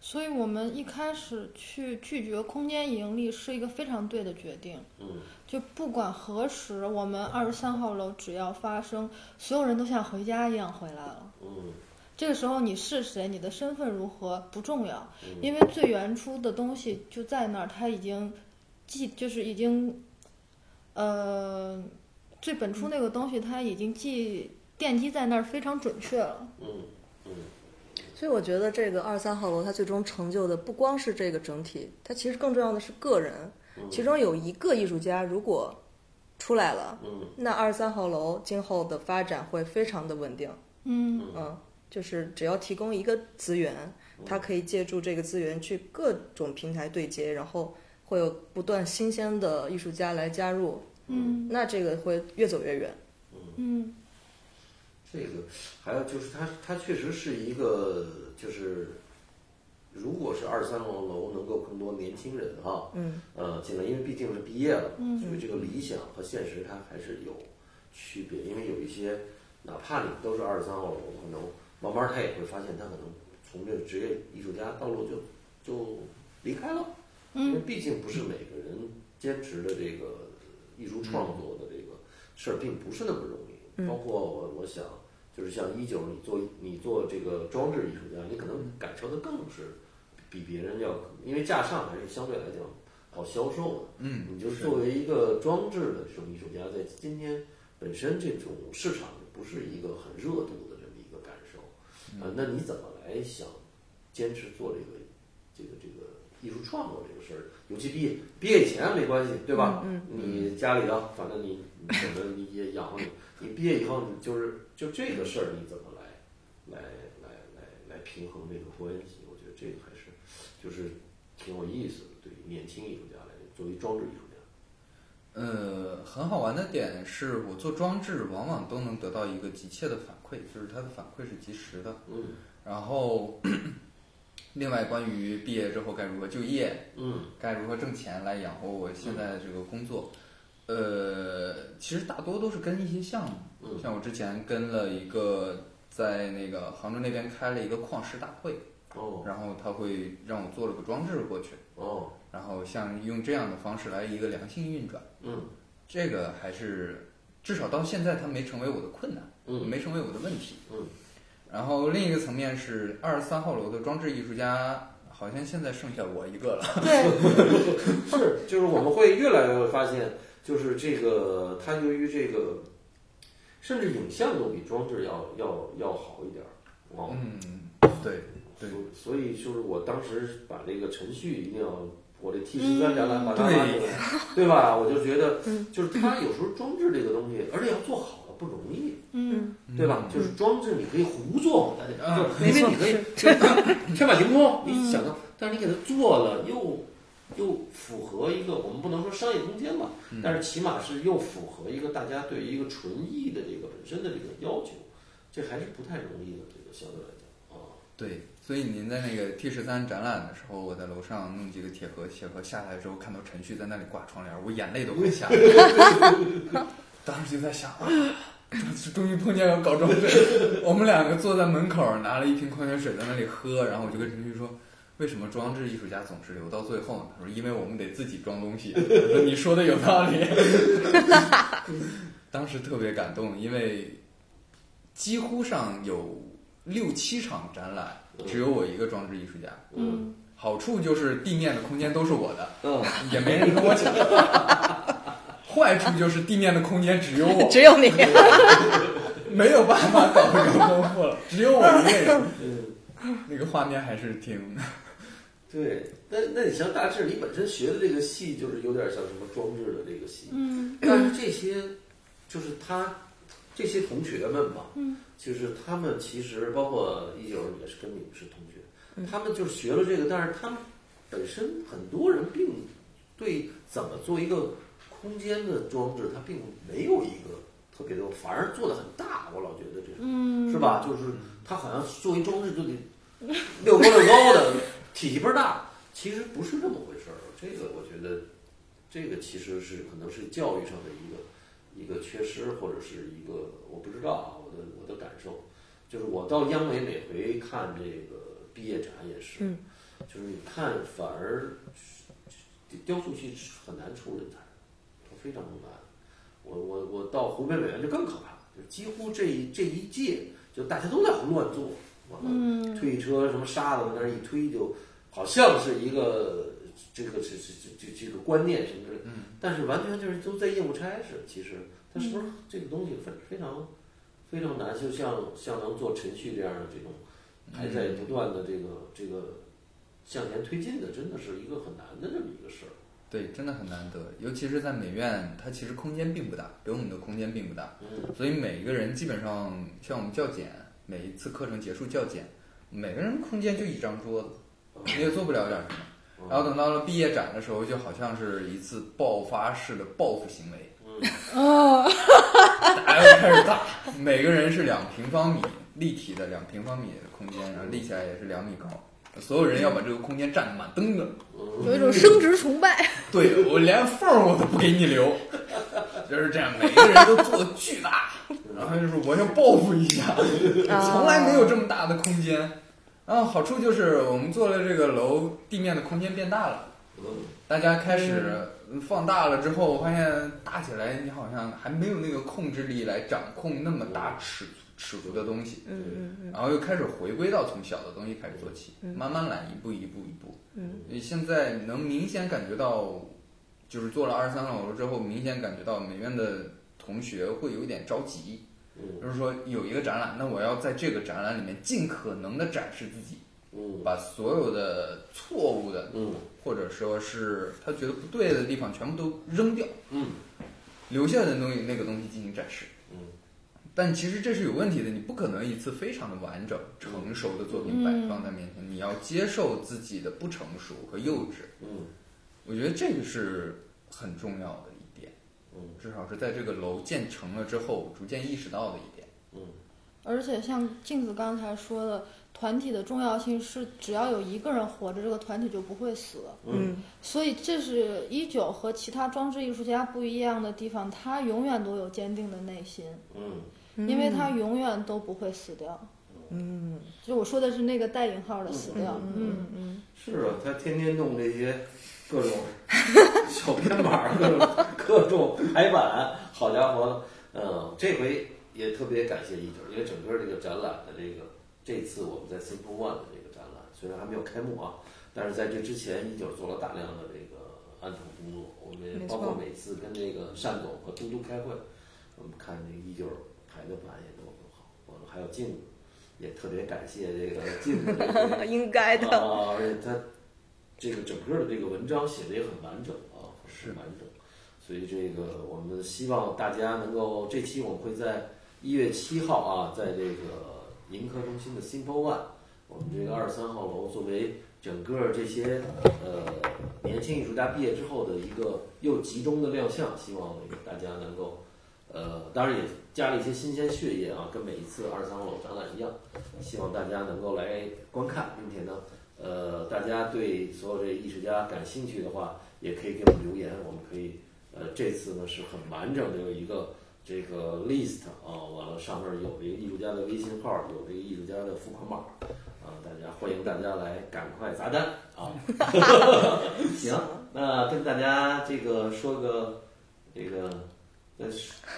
[SPEAKER 4] 所以我们一开始去拒绝空间盈利是一个非常对的决定。
[SPEAKER 1] 嗯
[SPEAKER 4] 就不管何时，我们二十三号楼只要发生，所有人都像回家一样回来了。
[SPEAKER 1] 嗯
[SPEAKER 4] 这个时候你是谁，你的身份如何不重要，
[SPEAKER 1] 嗯
[SPEAKER 4] 因为最原初的东西就在那儿，它已经既就是已经，呃，最本初那个东西它已经既奠基在那儿，非常准确了。
[SPEAKER 1] 嗯嗯
[SPEAKER 2] 所以我觉得这个二三号楼它最终成就的不光是这个整体，它其实更重要的是个人。其中有一个艺术家如果出来了，
[SPEAKER 1] 嗯
[SPEAKER 2] 那二三号楼今后的发展会非常的稳定。
[SPEAKER 4] 嗯
[SPEAKER 2] 嗯，就是只要提供一个资源，它可以借助这个资源去各种平台对接，然后会有不断新鲜的艺术家来加入，
[SPEAKER 4] 嗯
[SPEAKER 2] 那这个会越走越远。
[SPEAKER 4] 嗯
[SPEAKER 1] 这个还有就是它，它确实是一个，就是如果是二三楼楼能够更多年轻人哈、
[SPEAKER 2] 嗯
[SPEAKER 1] 呃进来，因为毕竟是毕业了，
[SPEAKER 4] 嗯
[SPEAKER 1] 所以这个理想和现实它还是有区别，因为有一些哪怕你都是二十三号楼，可能慢慢他也会发现他可能从这个职业艺术家道路就就离开了，因为
[SPEAKER 4] 嗯
[SPEAKER 1] 毕竟不是每个人坚持的这个艺术创作的这个事儿，并不是那么容易。
[SPEAKER 2] 嗯
[SPEAKER 1] 包括我，我想就是像一九，你做你做这个装置艺术家，你可能感受的更是比别人要，因为架上还是相对来讲好销售的。
[SPEAKER 3] 嗯，
[SPEAKER 1] 你就是作为一个装置的这种艺术家，在今天本身这种市场不是一个很热度的这么一个感受，啊、那你怎么来想坚持做这个这个这个艺术创作这个事儿？尤其毕业毕业以前没关系，对吧？
[SPEAKER 2] 嗯
[SPEAKER 1] 你家里的反正你你怎么你也养了你，你毕业以后你就是就这个事儿你怎么来来来来来平衡这个关系？我觉得这个还是就是挺有意思的，对于年轻艺术家来说，作为装置艺术家。
[SPEAKER 3] 呃，很好玩的点是我做装置，往往都能得到一个急切的反馈，就是它的反馈是及时的。
[SPEAKER 1] 嗯
[SPEAKER 3] 然后， 另外关于毕业之后该如何就业，
[SPEAKER 1] 嗯
[SPEAKER 3] 该如何挣钱来养活我现在的这个工作。呃，其实大多都是跟一些项目，
[SPEAKER 1] 嗯
[SPEAKER 3] 像我之前跟了一个在那个杭州那边开了一个矿石大会，
[SPEAKER 1] 哦
[SPEAKER 3] 然后他会让我做了个装置过去，
[SPEAKER 1] 哦
[SPEAKER 3] 然后像用这样的方式来一个良性运转，
[SPEAKER 1] 嗯
[SPEAKER 3] 这个还是至少到现在它没成为我的困难，
[SPEAKER 1] 嗯
[SPEAKER 3] 没成为我的问题。
[SPEAKER 1] 嗯
[SPEAKER 3] 然后另一个层面是二十三号楼的装置艺术家，好像现在剩下我一个了。
[SPEAKER 2] 对，
[SPEAKER 1] 是，就是我们会越来越发现，就是这个它由于这个，甚至影像都比装置要要要好一点儿。哦，
[SPEAKER 3] 嗯，对对。
[SPEAKER 1] 所所以就是我当时把这个程序一定要，我这 T 十三展览把它拉进来，对吧？我就觉得，就是它有时候装置这个东西，而且要做好了不容易，
[SPEAKER 4] 嗯
[SPEAKER 1] 对吧？就是装置你可以胡做，大家
[SPEAKER 3] 嗯
[SPEAKER 1] 因为你可以就是天马行空， 你想到，但是你给它做了又又符合一个，我们不能说商业空间吧，但是起码是又符合一个大家对于一个纯艺的这个本身的这个要求，这还是不太容易的，这个相对来讲啊，
[SPEAKER 3] 对，所以您在那个 T 十三展览的时候，我在楼上弄几个铁盒，铁盒下来之后，看到陈旭在那里挂窗帘，我眼泪都快下来了。当时就在想，啊，终终于碰见要搞装置。我们两个坐在门口，拿了一瓶矿泉水在那里喝，然后我就跟陈旭说。为什么装置艺术家总是留到最后呢？他说：“因为我们得自己装东西。”我说：“你说的有道理。” 当时特别感动，因为几乎上有六七场展览，只有我一个装置艺术家。
[SPEAKER 1] 嗯
[SPEAKER 4] 嗯
[SPEAKER 3] 好处就是地面的空间都是我的，
[SPEAKER 1] 嗯，
[SPEAKER 3] 也没人跟我抢。 坏处就是地面的空间只有我，
[SPEAKER 2] 只有你，
[SPEAKER 3] 没有办法搞得更丰富了，只有我一 个人。
[SPEAKER 1] 嗯
[SPEAKER 3] 那个画面还是挺……
[SPEAKER 1] 对，那那你像大志，你本身学的这个戏就是有点像什么装置的这个戏，
[SPEAKER 4] 嗯
[SPEAKER 1] 但是这些就是他这些同学们吧，
[SPEAKER 4] 嗯，
[SPEAKER 1] 就是他们其实包括一九也是跟你们是同学，他们就是学了这个，但是他们本身很多人并对怎么做一个空间的装置，他并没有一个特别多，反而做的很大，我老觉得这是。
[SPEAKER 4] 嗯，
[SPEAKER 1] 是吧？就是他好像作为装置就得六高六高的，体积倍儿大，其实不是这么回事儿。这个我觉得，这个其实是可能是教育上的一个一个缺失，或者是一个我不知道啊，我的我的感受，就是我到央美每回看这个毕业展也是，
[SPEAKER 2] 嗯
[SPEAKER 1] 就是你看反而雕塑系是很难出人才，它非常困难。我我我到湖北美院就更可怕，就几乎这一这一届就大家都在乱做，完了
[SPEAKER 4] 嗯
[SPEAKER 1] 推车什么沙子往那儿一推就，好像是一个这个是是这这这个观念什么之类的，但是完全就是都在硬拆似的。其实它是不是这个东西非非常非常难？就像像能做程序这样的这种，还在不断的这个这个向前推进的，真的是一个很难的这么一个事儿。
[SPEAKER 3] 对，真的很难得，尤其是在美院，它其实空间并不大，给我们的空间并不大，
[SPEAKER 1] 嗯
[SPEAKER 3] 所以每一个人基本上像我们教检，每一次课程结束教检，每个人空间就一张桌子，
[SPEAKER 1] 嗯
[SPEAKER 3] 你也做不了点什么。然后等到了毕业展的时候，就好像是一次爆发式的报复行为，
[SPEAKER 4] 哦，
[SPEAKER 3] 大家又开始打，每个人是两平方米立体的两平方米的空间，然后立起来也是两米高，所有人要把这个空间占得满
[SPEAKER 1] 嗯
[SPEAKER 3] 登的。
[SPEAKER 4] 有一种生殖崇拜，
[SPEAKER 3] 对我连缝儿我都不给你留，就是这样，每个人都做的巨大，然后就是我要报复一下，
[SPEAKER 2] 啊
[SPEAKER 3] 从来没有这么大的空间。然后好处就是我们做了这个楼，地面的空间变大了，大家开始放大了之后，我发现大起来你好像还没有那个控制力来掌控那么大尺尺幅的东西，
[SPEAKER 2] 嗯嗯
[SPEAKER 3] 然后又开始回归到从小的东西开始做起，
[SPEAKER 2] 嗯
[SPEAKER 3] 慢慢来，一步一步一步。
[SPEAKER 2] 嗯
[SPEAKER 3] 你现在能明显感觉到，就是做了二三楼之后，明显感觉到美院的同学会有一点着急，
[SPEAKER 1] 嗯
[SPEAKER 3] 就是说有一个展览，那我要在这个展览里面尽可能的展示自己，
[SPEAKER 1] 嗯
[SPEAKER 3] 把所有的错误的
[SPEAKER 1] 嗯
[SPEAKER 3] 或者说是他觉得不对的地方全部都扔掉，
[SPEAKER 1] 嗯
[SPEAKER 3] 留下的东西那个东西进行展示。
[SPEAKER 1] 嗯
[SPEAKER 3] 但其实这是有问题的，你不可能一次非常的完整、成熟的作品摆
[SPEAKER 4] 嗯
[SPEAKER 3] 放在面前，你要接受自己的不成熟和幼稚。
[SPEAKER 1] 嗯
[SPEAKER 3] 我觉得这个是很重要的一点，
[SPEAKER 1] 嗯
[SPEAKER 3] 至少是在这个楼建成了之后，逐渐意识到的一点。
[SPEAKER 1] 嗯
[SPEAKER 4] 而且像镜子刚才说的，团体的重要性是，只要有一个人活着，这个团体就不会死。
[SPEAKER 2] 嗯
[SPEAKER 4] 所以这是一九和其他装置艺术家不一样的地方，他永远都有坚定的内心，
[SPEAKER 1] 嗯
[SPEAKER 2] 嗯，
[SPEAKER 4] 因为他永远都不会死掉。
[SPEAKER 2] 嗯
[SPEAKER 4] 就我说的是那个带引号的死掉，嗯，
[SPEAKER 2] 嗯
[SPEAKER 1] 是啊，他天天弄这些各 种小编码儿，各种各种排版，好家伙，嗯，这回也特别感谢一九，因为整个这个展览呃的这个这次我们在 Simple One 的这个展览虽然还没有开幕啊，但是在这之前一九做了大量的这个安土工作，我们
[SPEAKER 2] 没
[SPEAKER 1] 包
[SPEAKER 2] 错
[SPEAKER 1] 括每次跟这个单总和嘟嘟开会，我们看这个一九排的版也都很好，我们还有镜子，也特别感谢这个镜子这个
[SPEAKER 2] 嗯，应该的，
[SPEAKER 1] 啊，而且他这个整个的这个文章写的也很完整啊，是完整。所以这个我们希望大家能够，这期我们会在一月七号啊，在这个盈科中心的 Simple One，我们这个二十三号楼作为整个这些呃年轻艺术家毕业之后的一个又集中的亮相，希望这个大家能够。呃，当然也加了一些新鲜血液啊，跟每一次二十三号楼展览一样，希望大家能够来观看，并且呢，呃，大家对所有这艺术家感兴趣的话，也可以给我们留言，我们可以，呃，这次呢是很完整的有一个这个 list 啊，完了上面有这个艺术家的微信号，有这个艺术家的付款码，啊，大家欢迎大家来赶快砸单啊！行，那跟大家这个说个这个，再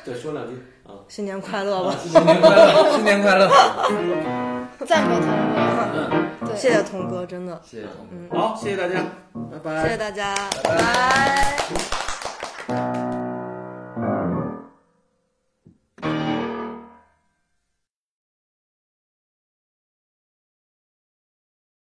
[SPEAKER 1] 再说两句啊，
[SPEAKER 2] 新年快乐吧，
[SPEAKER 3] 新年快乐，新年快乐！
[SPEAKER 4] 嗯赞美他们。对，
[SPEAKER 2] 谢谢童哥，真的，
[SPEAKER 3] 谢谢同志。
[SPEAKER 1] 好，谢谢大家，拜拜
[SPEAKER 2] 谢谢大家，拜拜